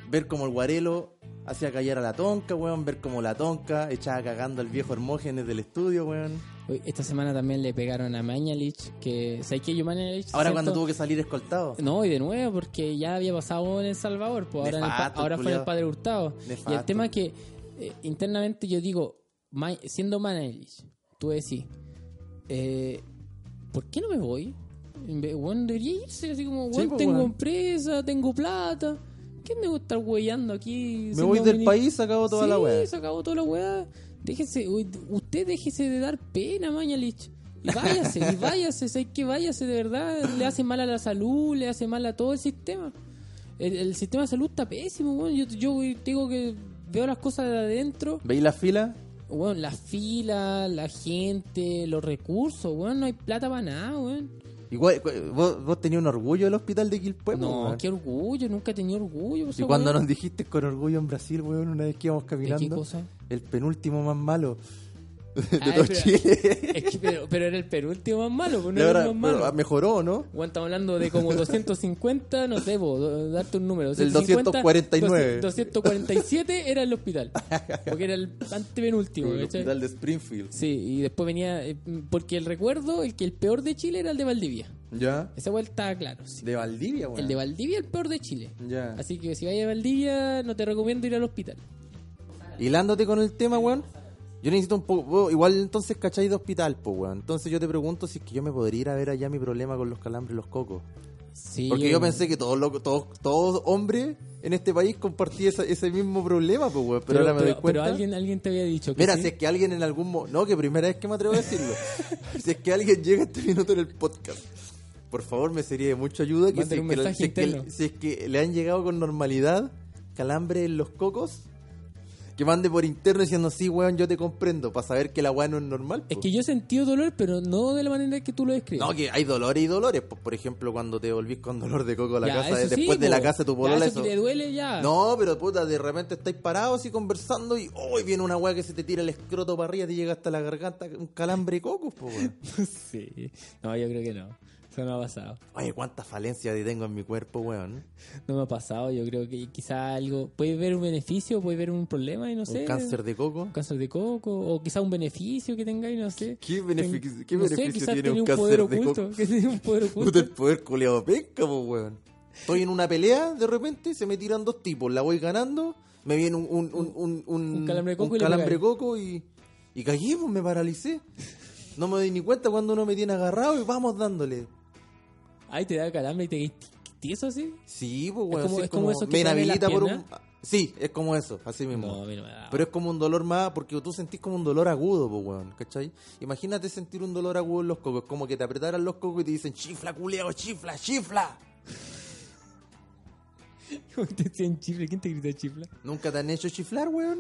[SPEAKER 1] ver como el Guarelo hacía callar a la tonca, weón. Ver como la tonca echaba cagando al viejo Hermógenes del estudio, weón.
[SPEAKER 2] Uy, Esta semana también le pegaron a Mañalich, que... ¿Sabéis que yo Mañalich?
[SPEAKER 1] Ahora
[SPEAKER 2] siento-
[SPEAKER 1] cuando tuvo que salir escoltado.
[SPEAKER 2] No, y de nuevo, porque ya había pasado en El Salvador, pues ahora, en el pa-
[SPEAKER 1] Nefasto,
[SPEAKER 2] ahora fue en el
[SPEAKER 1] culiao.
[SPEAKER 2] Padre Hurtado. Y el
[SPEAKER 1] Nefasto.
[SPEAKER 2] tema es que eh, internamente yo digo, ma- siendo Mañalich, tú decís, eh, ¿por qué no me voy? En vez- Bueno, debería irse, así como, bueno,
[SPEAKER 1] pues,
[SPEAKER 2] tengo
[SPEAKER 1] weón.
[SPEAKER 2] empresa, tengo plata. ¿Qué me gusta estar huellando aquí?
[SPEAKER 1] Me
[SPEAKER 2] siendo
[SPEAKER 1] voy del
[SPEAKER 2] mini-
[SPEAKER 1] país, acabo toda
[SPEAKER 2] sí,
[SPEAKER 1] la weá.
[SPEAKER 2] se acabó toda la weá. Déjese, uy, usted déjese de dar pena, Mañalich. Y váyase, y váyase, sé que váyase de verdad. Le hace mal a la salud, le hace mal a todo el sistema. El, el sistema de salud está pésimo, weón. Yo, yo güey, te digo que veo las cosas de adentro.
[SPEAKER 1] ¿Veis la fila?
[SPEAKER 2] Weón, las filas, la gente, los recursos, weón. No hay plata para nada, weón.
[SPEAKER 1] Igual, cu- vos, vos tenías un orgullo del hospital de Quilpue,
[SPEAKER 2] No,
[SPEAKER 1] weón.
[SPEAKER 2] qué orgullo, nunca he tenido orgullo. por
[SPEAKER 1] Y
[SPEAKER 2] esa
[SPEAKER 1] cuando
[SPEAKER 2] weá.
[SPEAKER 1] nos dijiste con orgullo en Brasil, weón, una vez que íbamos
[SPEAKER 2] ¿De qué
[SPEAKER 1] caminando,
[SPEAKER 2] cosa?
[SPEAKER 1] el penúltimo más malo de
[SPEAKER 2] Ay,
[SPEAKER 1] todo
[SPEAKER 2] pero-
[SPEAKER 1] Chile.
[SPEAKER 2] Es que, pero, pero era el penúltimo más malo, pues no
[SPEAKER 1] Y
[SPEAKER 2] era
[SPEAKER 1] ahora,
[SPEAKER 2] el más
[SPEAKER 1] pero,
[SPEAKER 2] malo.
[SPEAKER 1] ah, mejoró, ¿no?
[SPEAKER 2] Bueno, estamos hablando de como 250, no sé, vos, do- darte un número.
[SPEAKER 1] Del 249.
[SPEAKER 2] 247 era el hospital. Porque era el antepenúltimo,
[SPEAKER 1] el
[SPEAKER 2] ¿cachai?
[SPEAKER 1] hospital de Springfield.
[SPEAKER 2] Sí, y después venía. eh, Porque el recuerdo, el que el peor de Chile era el de Valdivia.
[SPEAKER 1] ¿Ya?
[SPEAKER 2] Esa vuelta estaba claro. sí.
[SPEAKER 1] De Valdivia, weón.
[SPEAKER 2] El de Valdivia, el peor de Chile.
[SPEAKER 1] Ya.
[SPEAKER 2] Así que si vayas a Valdivia, no te recomiendo ir al hospital.
[SPEAKER 1] Hilándote con el tema, weón. Yo necesito un poco. vos Igual entonces, ¿cachai? De hospital, pues, weón. Entonces yo te pregunto si es que yo me podría ir a ver allá mi problema con los calambres y los cocos.
[SPEAKER 2] Sí, eh,
[SPEAKER 1] Porque yo pensé que todos los todos, todos hombres en este país compartían esa- ese mismo problema, pues, weón. Pero, ahora me doy
[SPEAKER 2] pero,
[SPEAKER 1] cuenta.
[SPEAKER 2] alguien, alguien te había dicho que.
[SPEAKER 1] Mira,
[SPEAKER 2] sí.
[SPEAKER 1] si es que alguien en algún momento... No, que primera vez que me atrevo a decirlo. si es que alguien llega a este minuto en el podcast, por favor, me sería de mucha ayuda que, si,
[SPEAKER 2] Mándale
[SPEAKER 1] es
[SPEAKER 2] un
[SPEAKER 1] que, la-
[SPEAKER 2] mensaje
[SPEAKER 1] si es que-
[SPEAKER 2] interno.
[SPEAKER 1] si es que le han llegado con normalidad calambre en los cocos, Que mande por interno diciendo, sí, weón, yo te comprendo, para saber que la weá no es normal.
[SPEAKER 2] Es
[SPEAKER 1] po.
[SPEAKER 2] que yo he sentido dolor, pero no de la manera que tú lo describes.
[SPEAKER 1] No, que hay dolores y dolores. Pues, por ejemplo, cuando te volvís con dolor de coco a la
[SPEAKER 2] Ya,
[SPEAKER 1] casa, de-
[SPEAKER 2] eso sí,
[SPEAKER 1] después de la
[SPEAKER 2] po.
[SPEAKER 1] casa de tu
[SPEAKER 2] Ya,
[SPEAKER 1] polola,
[SPEAKER 2] eso
[SPEAKER 1] eso-
[SPEAKER 2] que te duele ya.
[SPEAKER 1] No, pero puta, de repente estáis parados y conversando y hoy viene una weá que se te tira el escroto para arriba, te llega hasta la garganta, un calambre de cocos, po, weón.
[SPEAKER 2] sí. No, yo creo que no. Eso no ha pasado.
[SPEAKER 1] Oye, cuánta falencia que tengo en mi cuerpo, weón.
[SPEAKER 2] No me ha pasado. Yo creo que quizá algo. Puede ver un beneficio, puede ver un problema y no
[SPEAKER 1] Un
[SPEAKER 2] sé.
[SPEAKER 1] cáncer de coco.
[SPEAKER 2] un cáncer de coco. O quizá un beneficio que tengáis, no sé.
[SPEAKER 1] ¿Qué
[SPEAKER 2] Ten-
[SPEAKER 1] beneficio, qué
[SPEAKER 2] no sé,
[SPEAKER 1] beneficio
[SPEAKER 2] quizás
[SPEAKER 1] tiene un
[SPEAKER 2] poder
[SPEAKER 1] cáncer de
[SPEAKER 2] oculto.
[SPEAKER 1] coco?
[SPEAKER 2] Que tiene un poder
[SPEAKER 1] Puta,
[SPEAKER 2] oculto.
[SPEAKER 1] el poder culeado penca, po, weón. Estoy en una pelea, de repente se me tiran dos tipos, la voy ganando, me viene un, un, un, un, un-
[SPEAKER 2] Un calambre de coco
[SPEAKER 1] un
[SPEAKER 2] y le
[SPEAKER 1] calambre de
[SPEAKER 2] pegáis.
[SPEAKER 1] coco y, y caí, pues me paralicé. No me doy ni cuenta cuando uno me tiene agarrado y vamos dándole.
[SPEAKER 2] Ahí te da calambre y te quedas tieso así.
[SPEAKER 1] Sí, pues weón,
[SPEAKER 2] como-
[SPEAKER 1] así
[SPEAKER 2] es como eso que
[SPEAKER 1] me
[SPEAKER 2] te duele la
[SPEAKER 1] inhabilita por un...
[SPEAKER 2] pierna.
[SPEAKER 1] Sí, es como eso, así mismo.
[SPEAKER 2] No, a mí no me da.
[SPEAKER 1] Pero es como un dolor más, porque tú sentís como un dolor agudo, po, weón, ¿cachai? Imagínate sentir un dolor agudo en los cocos, como que te apretaran los cocos y te dicen, chifla, culeo, chifla, chifla.
[SPEAKER 2] ¿Cómo te decían chifla? ¿Quién te grita chifla?
[SPEAKER 1] ¿Nunca te han hecho chiflar, weón?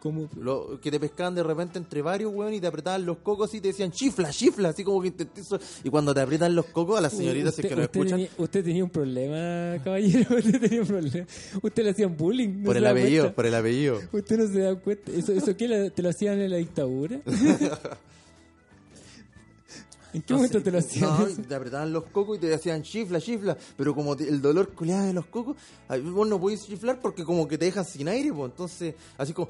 [SPEAKER 2] ¿Cómo?
[SPEAKER 1] Lo- que te pescaban de repente entre varios, weón, y te apretaban los cocos y te decían, chifla, chifla, así como que intenté eso. Y cuando te aprietan los cocos, a las señoritas, si es que nos escuchan,
[SPEAKER 2] Tenía, usted tenía un problema, caballero. Usted tenía un problema. Usted le hacían bullying. no
[SPEAKER 1] por
[SPEAKER 2] se
[SPEAKER 1] el
[SPEAKER 2] da
[SPEAKER 1] apellido,
[SPEAKER 2] cuenta.
[SPEAKER 1] por el apellido.
[SPEAKER 2] Usted no se da cuenta. ¿Eso, eso qué? la- ¿Te lo hacían en la dictadura? ¿En qué momento te lo hacían?
[SPEAKER 1] No, y
[SPEAKER 2] eso?
[SPEAKER 1] te apretaban los cocos y te decían chifla, chifla. Pero como te- el dolor culeado de los cocos, ahí vos no podés chiflar porque como que te dejan sin aire, pues. Entonces, así como,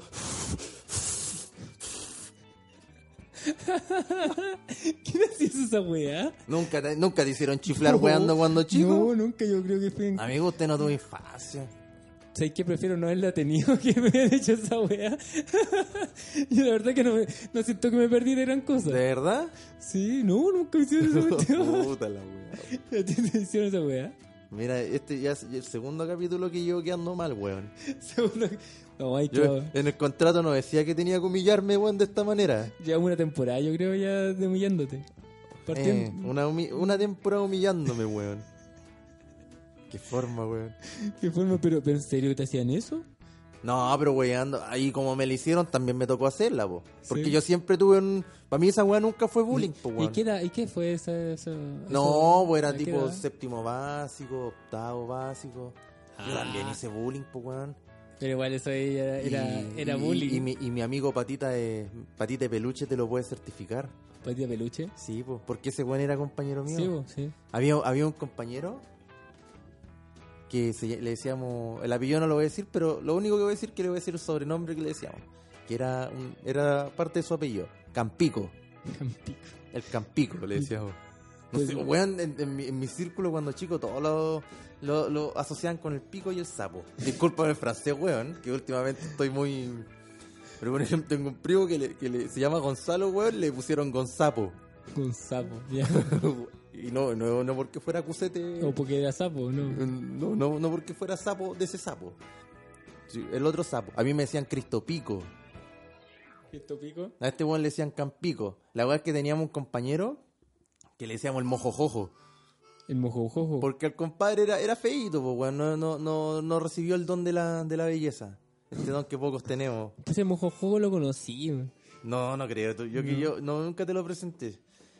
[SPEAKER 2] ¿Quién hacía eso, esa weá?
[SPEAKER 1] nunca te, nunca te hicieron chiflar
[SPEAKER 2] No,
[SPEAKER 1] weando cuando chico.
[SPEAKER 2] No, nunca yo creo que fue en...
[SPEAKER 1] Amigo, usted no tuvo infancia.
[SPEAKER 2] ¿Sabes qué? Prefiero no haberla tenido que me hayan hecho esa weá. Yo la verdad que no, me- no siento que me perdí de gran
[SPEAKER 1] ¿De
[SPEAKER 2] cosa.
[SPEAKER 1] verdad?
[SPEAKER 2] Sí, no, nunca me hicieron esa cuestión.
[SPEAKER 1] Puta la wea.
[SPEAKER 2] ¿A ti te hicieron esa weá?
[SPEAKER 1] Mira, este ya es el segundo capítulo que yo quedando mal, weón.
[SPEAKER 2] Segundo... No, hay
[SPEAKER 1] Yo
[SPEAKER 2] que...
[SPEAKER 1] en el contrato no decía que tenía que humillarme, weón, de esta manera.
[SPEAKER 2] Llevamos una temporada, yo creo, ya de humillándote.
[SPEAKER 1] Eh,
[SPEAKER 2] Partiendo...
[SPEAKER 1] una, humi- una temporada humillándome, weón. Qué forma, weón.
[SPEAKER 2] ¿Qué forma? Pero, pero ¿en serio te hacían eso?
[SPEAKER 1] No, pero weyando, ahí como me la hicieron, también me tocó hacerla, po. Porque
[SPEAKER 2] Sí.
[SPEAKER 1] yo siempre tuve un. Para mí esa weá nunca fue bullying, po,
[SPEAKER 2] ¿Y
[SPEAKER 1] weón.
[SPEAKER 2] qué, era, ¿Y qué fue esa, esa-
[SPEAKER 1] No,
[SPEAKER 2] esa-
[SPEAKER 1] pues era
[SPEAKER 2] ¿a qué
[SPEAKER 1] tipo
[SPEAKER 2] edad?
[SPEAKER 1] séptimo básico, octavo básico. Yo
[SPEAKER 2] Ah.
[SPEAKER 1] también hice bullying, po, weón.
[SPEAKER 2] Pero igual eso era, era,
[SPEAKER 1] Y-
[SPEAKER 2] era
[SPEAKER 1] y-
[SPEAKER 2] bullying.
[SPEAKER 1] Y, mi, y mi amigo Patita de, Patita de Peluche te lo puede certificar.
[SPEAKER 2] ¿Patita ¿Pues peluche?
[SPEAKER 1] Sí, po, porque ese weón era compañero mío.
[SPEAKER 2] Sí, vos, sí.
[SPEAKER 1] Había, había un compañero que se- le decíamos, el apellido no lo voy a decir, pero lo único que voy a decir es que le voy a decir el sobrenombre que le decíamos, que era, un- era parte de su apellido, Campico,
[SPEAKER 2] Campico.
[SPEAKER 1] el Campico le decíamos. No
[SPEAKER 2] Pues-
[SPEAKER 1] sé, weón, en, en mi, en mi círculo cuando chico todos lo, lo- lo asociaban con el pico y el sapo. Disculpa el francés, weón, que últimamente estoy muy... Pero por ejemplo, tengo un primo que, le- que le- se llama Gonzalo, weón, le pusieron Gonzapo.
[SPEAKER 2] Con sapo, ya.
[SPEAKER 1] y no, no, no porque fuera cusete...
[SPEAKER 2] o porque era sapo, ¿no?
[SPEAKER 1] No, no, no porque fuera sapo de ese sapo. Sí, el otro sapo. A mí me decían Cristopico.
[SPEAKER 2] ¿Esto pico?
[SPEAKER 1] A este weón le decían Campico. La verdad es que teníamos un compañero que le decíamos el mojojojo.
[SPEAKER 2] El mojojojo.
[SPEAKER 1] Porque el compadre era, era feíto, pues, weón. No, no, no, no recibió el don de la, de la belleza. Este don que pocos tenemos.
[SPEAKER 2] Ese mojojojo lo conocí, weón.
[SPEAKER 1] No, no creo. tú- Yo que yo no, nunca te lo presenté.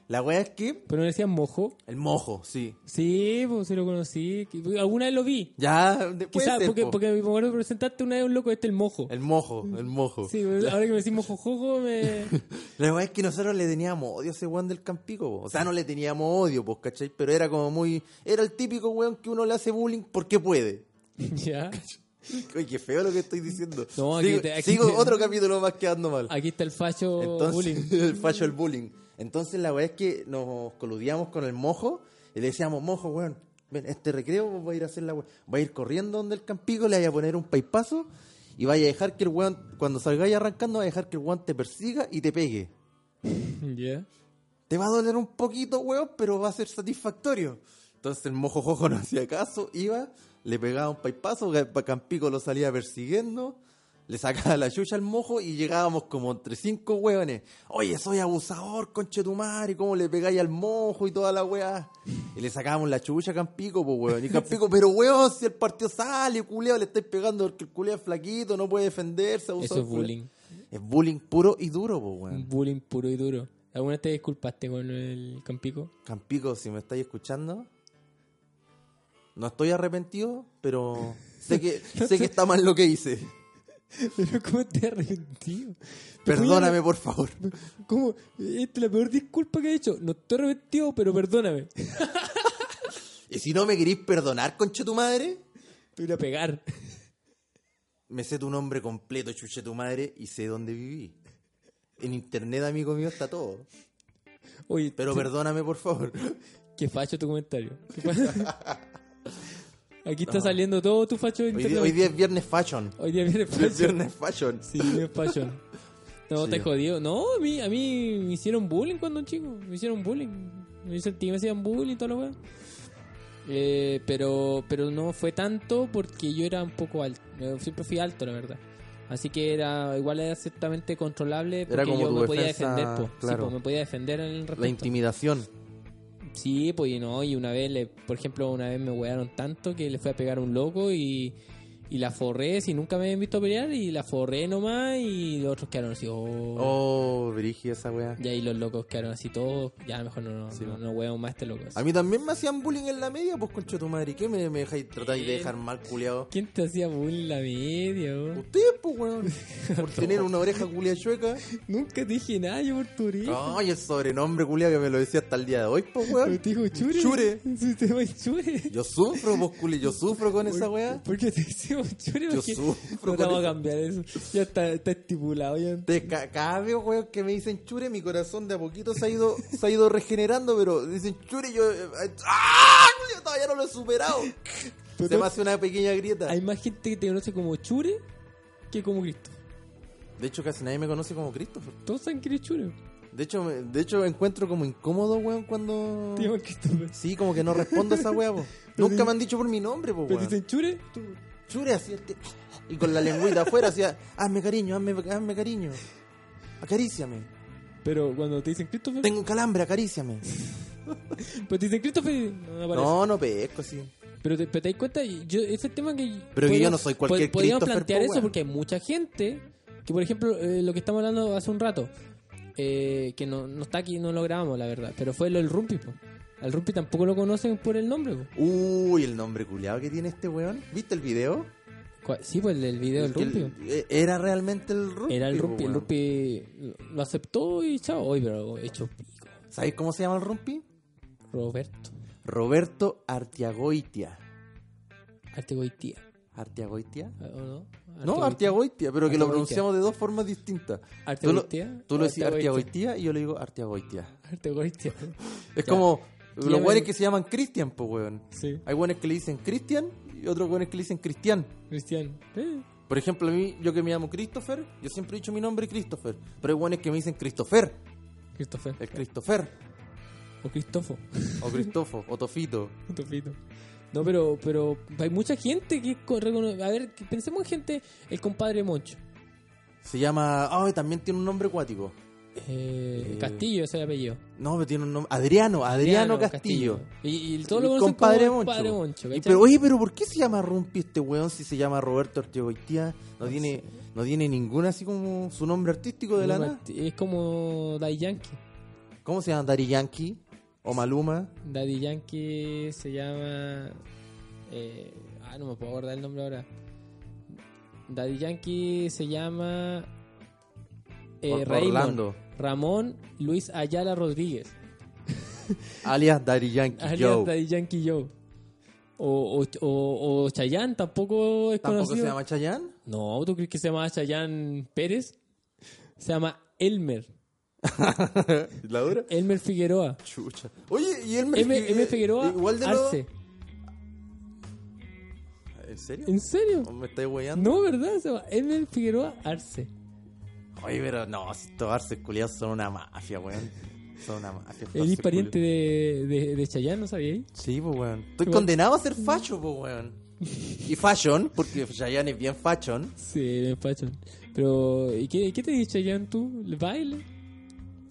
[SPEAKER 1] La weá es que.
[SPEAKER 2] Pero no decían mojo.
[SPEAKER 1] El mojo, sí.
[SPEAKER 2] Sí, pues sí lo conocí. Que- Alguna vez lo vi.
[SPEAKER 1] Ya, después.
[SPEAKER 2] Quizás porque, porque me acuerdo que presentaste una vez un loco este el mojo.
[SPEAKER 1] El mojo, el mojo.
[SPEAKER 2] Sí, pues, ahora que me decís mojojojo me...
[SPEAKER 1] La verdad es que nosotros le teníamos odio a ese weón del Campico, po. o sea, no le teníamos odio, pues, ¿cachai? Pero era como muy. Era el típico weón que uno le hace bullying porque puede.
[SPEAKER 2] ya.
[SPEAKER 1] Oye, qué feo lo que estoy diciendo.
[SPEAKER 2] No, aquí
[SPEAKER 1] sigo
[SPEAKER 2] te- aquí
[SPEAKER 1] sigo
[SPEAKER 2] te-
[SPEAKER 1] otro capítulo más quedando mal.
[SPEAKER 2] Aquí está el facho
[SPEAKER 1] Entonces,
[SPEAKER 2] bullying.
[SPEAKER 1] el fallo del bullying. Entonces, la verdad es que nos coludíamos con el mojo y le decíamos, mojo, weón, ven, este recreo vos vas a ir a hacer la weón. Va a ir corriendo donde el Campico, le vaya a poner un paipazo y vaya a dejar que el weón, cuando salgáis arrancando, vaya a dejar que el weón te persiga y te pegue.
[SPEAKER 2] Ya.
[SPEAKER 1] Te va a doler un poquito, weón, pero va a ser satisfactorio. Entonces el mojo jojo no hacía caso, iba, le pegaba un paipazo, Ga- Campico lo salía persiguiendo, le sacaba la chucha al mojo y llegábamos como entre cinco hueones. Oye, soy abusador, conchetumare, ¿cómo le pegáis al mojo y toda la weá? Y le sacábamos la chucha a Campico, pues weón. Y Campico, pero weón, si el partido sale, culeo, le estáis pegando porque el culeo es flaquito, no puede defenderse. abusador,
[SPEAKER 2] Eso es
[SPEAKER 1] culeo".
[SPEAKER 2] bullying.
[SPEAKER 1] Es bullying puro y duro, pues weón.
[SPEAKER 2] Un bullying puro y duro. ¿Alguna vez te disculpaste con el Campico?
[SPEAKER 1] Campico, si me estáis escuchando, no estoy arrepentido, pero sé que, sé que está mal lo que hice.
[SPEAKER 2] Pero ¿cómo te arrepentido?
[SPEAKER 1] Perdóname, por favor.
[SPEAKER 2] ¿Cómo? Esta es la peor disculpa que he hecho. No estoy arrepentido, pero perdóname. Te
[SPEAKER 1] Y si no me querís perdonar, conche tu madre,
[SPEAKER 2] voy a pegar.
[SPEAKER 1] me sé tu nombre completo, chuche tu madre, y sé dónde viví. En internet, amigo mío, está todo.
[SPEAKER 2] Oye,
[SPEAKER 1] Pero perdóname, por favor.
[SPEAKER 2] qué facho tu comentario. Qué fa- Aquí está saliendo todo tu facho de
[SPEAKER 1] Hoy
[SPEAKER 2] internet.
[SPEAKER 1] día, hoy día es viernes fashion.
[SPEAKER 2] Hoy día viene
[SPEAKER 1] Es
[SPEAKER 2] facho.
[SPEAKER 1] viernes fashion.
[SPEAKER 2] Sí, bien fashion. No,
[SPEAKER 1] Sí.
[SPEAKER 2] te jodido. No, a mí, a mí me hicieron bullying cuando chico. Me hicieron bullying. Me sentí que me hacían bullying y toda la weá. Eh, pero, pero no fue tanto porque yo era un poco alto. Eh, Siempre fui alto, la verdad. Así que era igual era ciertamente controlable porque
[SPEAKER 1] Era como
[SPEAKER 2] yo
[SPEAKER 1] tu
[SPEAKER 2] me podía
[SPEAKER 1] defensa,
[SPEAKER 2] defender, po. Sí,
[SPEAKER 1] claro.
[SPEAKER 2] po, me podía defender en el
[SPEAKER 1] La
[SPEAKER 2] respecto.
[SPEAKER 1] intimidación.
[SPEAKER 2] Sí, pues y no, y una vez, le- por ejemplo, una vez me huearon tanto que le fui a pegar a un loco y, y la forré, si nunca me habían visto pelear, y la forré nomás y los otros quedaron así, oh.
[SPEAKER 1] Oh, brígida esa weá.
[SPEAKER 2] Y ahí los locos quedaron así todos, ya mejor no, no,
[SPEAKER 1] Sí,
[SPEAKER 2] no,
[SPEAKER 1] bueno.
[SPEAKER 2] no huevo más a este loco.
[SPEAKER 1] A mí también me hacían bullying en la media, pues conche tu madre. ¿Qué me, me dejáis tratar de
[SPEAKER 2] Eh.
[SPEAKER 1] dejar mal, culiado?
[SPEAKER 2] ¿Quién te hacía bullying en la media? weón?
[SPEAKER 1] Ustedes, pues, weón. Por tener una oreja culia chueca.
[SPEAKER 2] Nunca te dije nada yo por tu oreja.
[SPEAKER 1] Ay, el sobrenombre culia que me lo decía hasta el día de hoy, pues,
[SPEAKER 2] Pero
[SPEAKER 1] weón.
[SPEAKER 2] te dijo chure.
[SPEAKER 1] Chure.
[SPEAKER 2] Sí, te dijo chure.
[SPEAKER 1] Yo sufro, pues, culi. Yo sufro con esa weá.
[SPEAKER 2] ¿Por qué te decimos chure?
[SPEAKER 1] Yo
[SPEAKER 2] Porque
[SPEAKER 1] sufro con
[SPEAKER 2] no te vamos a
[SPEAKER 1] eso.
[SPEAKER 2] cambiar eso. Ya está, está estipulado ya.
[SPEAKER 1] Te- ca- cada vez, weón, que me dicen chure, mi corazón de a poquito se ha ido, se ha ido regenerando, pero dicen chure, yo. eh, ¡Ah! culiao, Todavía no lo he superado. Se
[SPEAKER 2] Pero-
[SPEAKER 1] me hace una pequeña grieta.
[SPEAKER 2] Hay más gente que te conoce como Chure que como Cristo.
[SPEAKER 1] De hecho, casi nadie me conoce como Christopher.
[SPEAKER 2] Todos saben que eres Chure.
[SPEAKER 1] De hecho, me- de hecho me encuentro como incómodo, weón, cuando.
[SPEAKER 2] Te llaman Christopher.
[SPEAKER 1] Sí, como que no respondo a esa wea, po. Nunca me han dicho por mi nombre, po,
[SPEAKER 2] Pero
[SPEAKER 1] weón.
[SPEAKER 2] dicen Chure, tú.
[SPEAKER 1] Chure así, el que- y con la lengüita afuera hacía, hazme cariño, hazme, hazme cariño. Acaríciame.
[SPEAKER 2] Pero cuando te dicen Christopher,
[SPEAKER 1] Tengo un calambre, acaríciame.
[SPEAKER 2] pues te dicen Christopher, no aparece.
[SPEAKER 1] No, no pesco, sí.
[SPEAKER 2] Pero, te, pero te das cuenta, yo, ese tema que.
[SPEAKER 1] Pero que
[SPEAKER 2] podemos-
[SPEAKER 1] yo no soy cualquier
[SPEAKER 2] pod- Podríamos
[SPEAKER 1] Christopher,
[SPEAKER 2] plantear
[SPEAKER 1] po,
[SPEAKER 2] eso
[SPEAKER 1] weón.
[SPEAKER 2] porque hay mucha gente que, por ejemplo, eh, lo que estamos hablando hace un rato, eh, que no, no está aquí, no lo grabamos, la verdad. Pero fue lo del Rumpi, po. Al Rumpi tampoco lo conocen por el nombre, po.
[SPEAKER 1] Uy, el nombre culiado que tiene este weón. ¿Viste el video?
[SPEAKER 2] Cua- Sí, pues el, el video del
[SPEAKER 1] Que el-
[SPEAKER 2] Rumpi.
[SPEAKER 1] eh, Era realmente el Rumpi.
[SPEAKER 2] Era el
[SPEAKER 1] po,
[SPEAKER 2] Rumpi, el
[SPEAKER 1] weón.
[SPEAKER 2] Rumpi lo aceptó y chao. Hoy, pero hecho pico.
[SPEAKER 1] ¿Sabéis cómo se llama el Rumpi?
[SPEAKER 2] Roberto,
[SPEAKER 1] Roberto Artiagoitia.
[SPEAKER 2] Artegoitía.
[SPEAKER 1] ¿Artiagoitia?
[SPEAKER 2] ¿o no?
[SPEAKER 1] No, Artiagoitia, pero que lo
[SPEAKER 2] Artiagoitia.
[SPEAKER 1] pronunciamos de dos formas distintas. Tú lo,
[SPEAKER 2] Artegoitia.
[SPEAKER 1] tú lo decís
[SPEAKER 2] Artegoitia.
[SPEAKER 1] Artiagoitia y yo le digo Artiagoitia.
[SPEAKER 2] Artegoitia.
[SPEAKER 1] Es
[SPEAKER 2] Ya.
[SPEAKER 1] como
[SPEAKER 2] Ya
[SPEAKER 1] los
[SPEAKER 2] me-
[SPEAKER 1] güeyes que se llaman Cristian, pues weón.
[SPEAKER 2] Sí,
[SPEAKER 1] Hay güeyes que le dicen Cristian y otros güeyes que le dicen Cristian.
[SPEAKER 2] Cristian. Eh,
[SPEAKER 1] Por ejemplo, a mí, yo que me llamo Christopher, yo siempre he dicho mi nombre Christopher. Pero hay güeyes que me dicen Christopher,
[SPEAKER 2] Christopher.
[SPEAKER 1] el Christopher,
[SPEAKER 2] O Cristofo.
[SPEAKER 1] o Cristofo, o Tofito.
[SPEAKER 2] Tofito. No, pero, pero hay mucha gente que es con- recono- A ver, que pensemos en gente. El compadre Moncho.
[SPEAKER 1] Se llama. Ah, y también tiene un nombre acuático.
[SPEAKER 2] Eh,
[SPEAKER 1] Eh,
[SPEAKER 2] Castillo, ese es el apellido.
[SPEAKER 1] No, pero tiene un nombre. Adriano, Adriano, Castillo.
[SPEAKER 2] Y, y todos lo
[SPEAKER 1] El
[SPEAKER 2] conocen
[SPEAKER 1] compadre
[SPEAKER 2] como
[SPEAKER 1] Moncho.
[SPEAKER 2] compadre Moncho.
[SPEAKER 1] Y
[SPEAKER 2] ¿cachai?
[SPEAKER 1] pero, oye, pero ¿por qué se llama Rumpi este weón si se llama Roberto Artigoitía? No, tiene, no tiene ninguna así como su nombre artístico de la nada.
[SPEAKER 2] Es como Dai Yankee.
[SPEAKER 1] ¿Cómo se llama? Dari Yankee o Maluma.
[SPEAKER 2] Daddy Yankee se llama. eh, ah, no me puedo acordar el nombre ahora. Daddy Yankee se llama. eh,
[SPEAKER 1] Or-
[SPEAKER 2] Raymond.
[SPEAKER 1] Orlando.
[SPEAKER 2] Ramón Luis Ayala Rodríguez.
[SPEAKER 1] Alias Dari Yankee
[SPEAKER 2] Alias
[SPEAKER 1] Joe.
[SPEAKER 2] Daddy Yankee Joe. O, o, o, o Chayanne tampoco es
[SPEAKER 1] ¿Tampoco
[SPEAKER 2] conocido.
[SPEAKER 1] se llama Chayanne?
[SPEAKER 2] No, ¿tú crees que se llama Chayanne Pérez? Se llama Elmer.
[SPEAKER 1] ¿La dura?
[SPEAKER 2] Elmer Figueroa.
[SPEAKER 1] Chucha. Oye, y él me...
[SPEAKER 2] M, M. Figueroa
[SPEAKER 1] Igual de lo-
[SPEAKER 2] Arce.
[SPEAKER 1] ¿En serio?
[SPEAKER 2] ¿En serio?
[SPEAKER 1] ¿No ¿Me estáis weyando?
[SPEAKER 2] No, ¿verdad? Se llama Elmer Figueroa Arce.
[SPEAKER 1] Oye, pero no, si estos arces culiados son una mafia, weón. Son una mafia. estos
[SPEAKER 2] Él es
[SPEAKER 1] arces
[SPEAKER 2] pariente
[SPEAKER 1] culiados.
[SPEAKER 2] de, de, de Chayanne, ¿no sabíais?
[SPEAKER 1] Sí, pues, weón. Estoy
[SPEAKER 2] Igual-
[SPEAKER 1] condenado a ser facho, pues, weón. Y fashion, porque Chayanne es bien fashion.
[SPEAKER 2] Sí, me empachan. Pero, ¿y qué, qué te dice Jan tú? ¿El baile?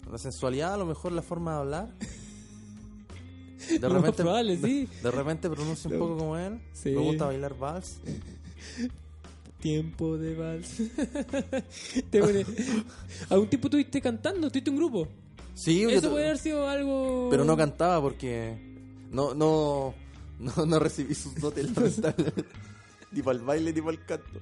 [SPEAKER 1] La sensualidad, a lo mejor la forma de hablar. De
[SPEAKER 2] Lo más
[SPEAKER 1] repente,
[SPEAKER 2] probable, sí.
[SPEAKER 1] de, de repente pronuncia un poco como él.
[SPEAKER 2] Sí.
[SPEAKER 1] Me gusta bailar vals.
[SPEAKER 2] Tiempo de vals. Te pone- ¿Algún tiempo estuviste cantando? ¿Tuviste un grupo?
[SPEAKER 1] Sí, yo
[SPEAKER 2] Eso
[SPEAKER 1] to-
[SPEAKER 2] puede haber sido algo...
[SPEAKER 1] pero no cantaba porque no no no, no recibí sus dotes lamentablemente. Ni para el baile ni para el canto.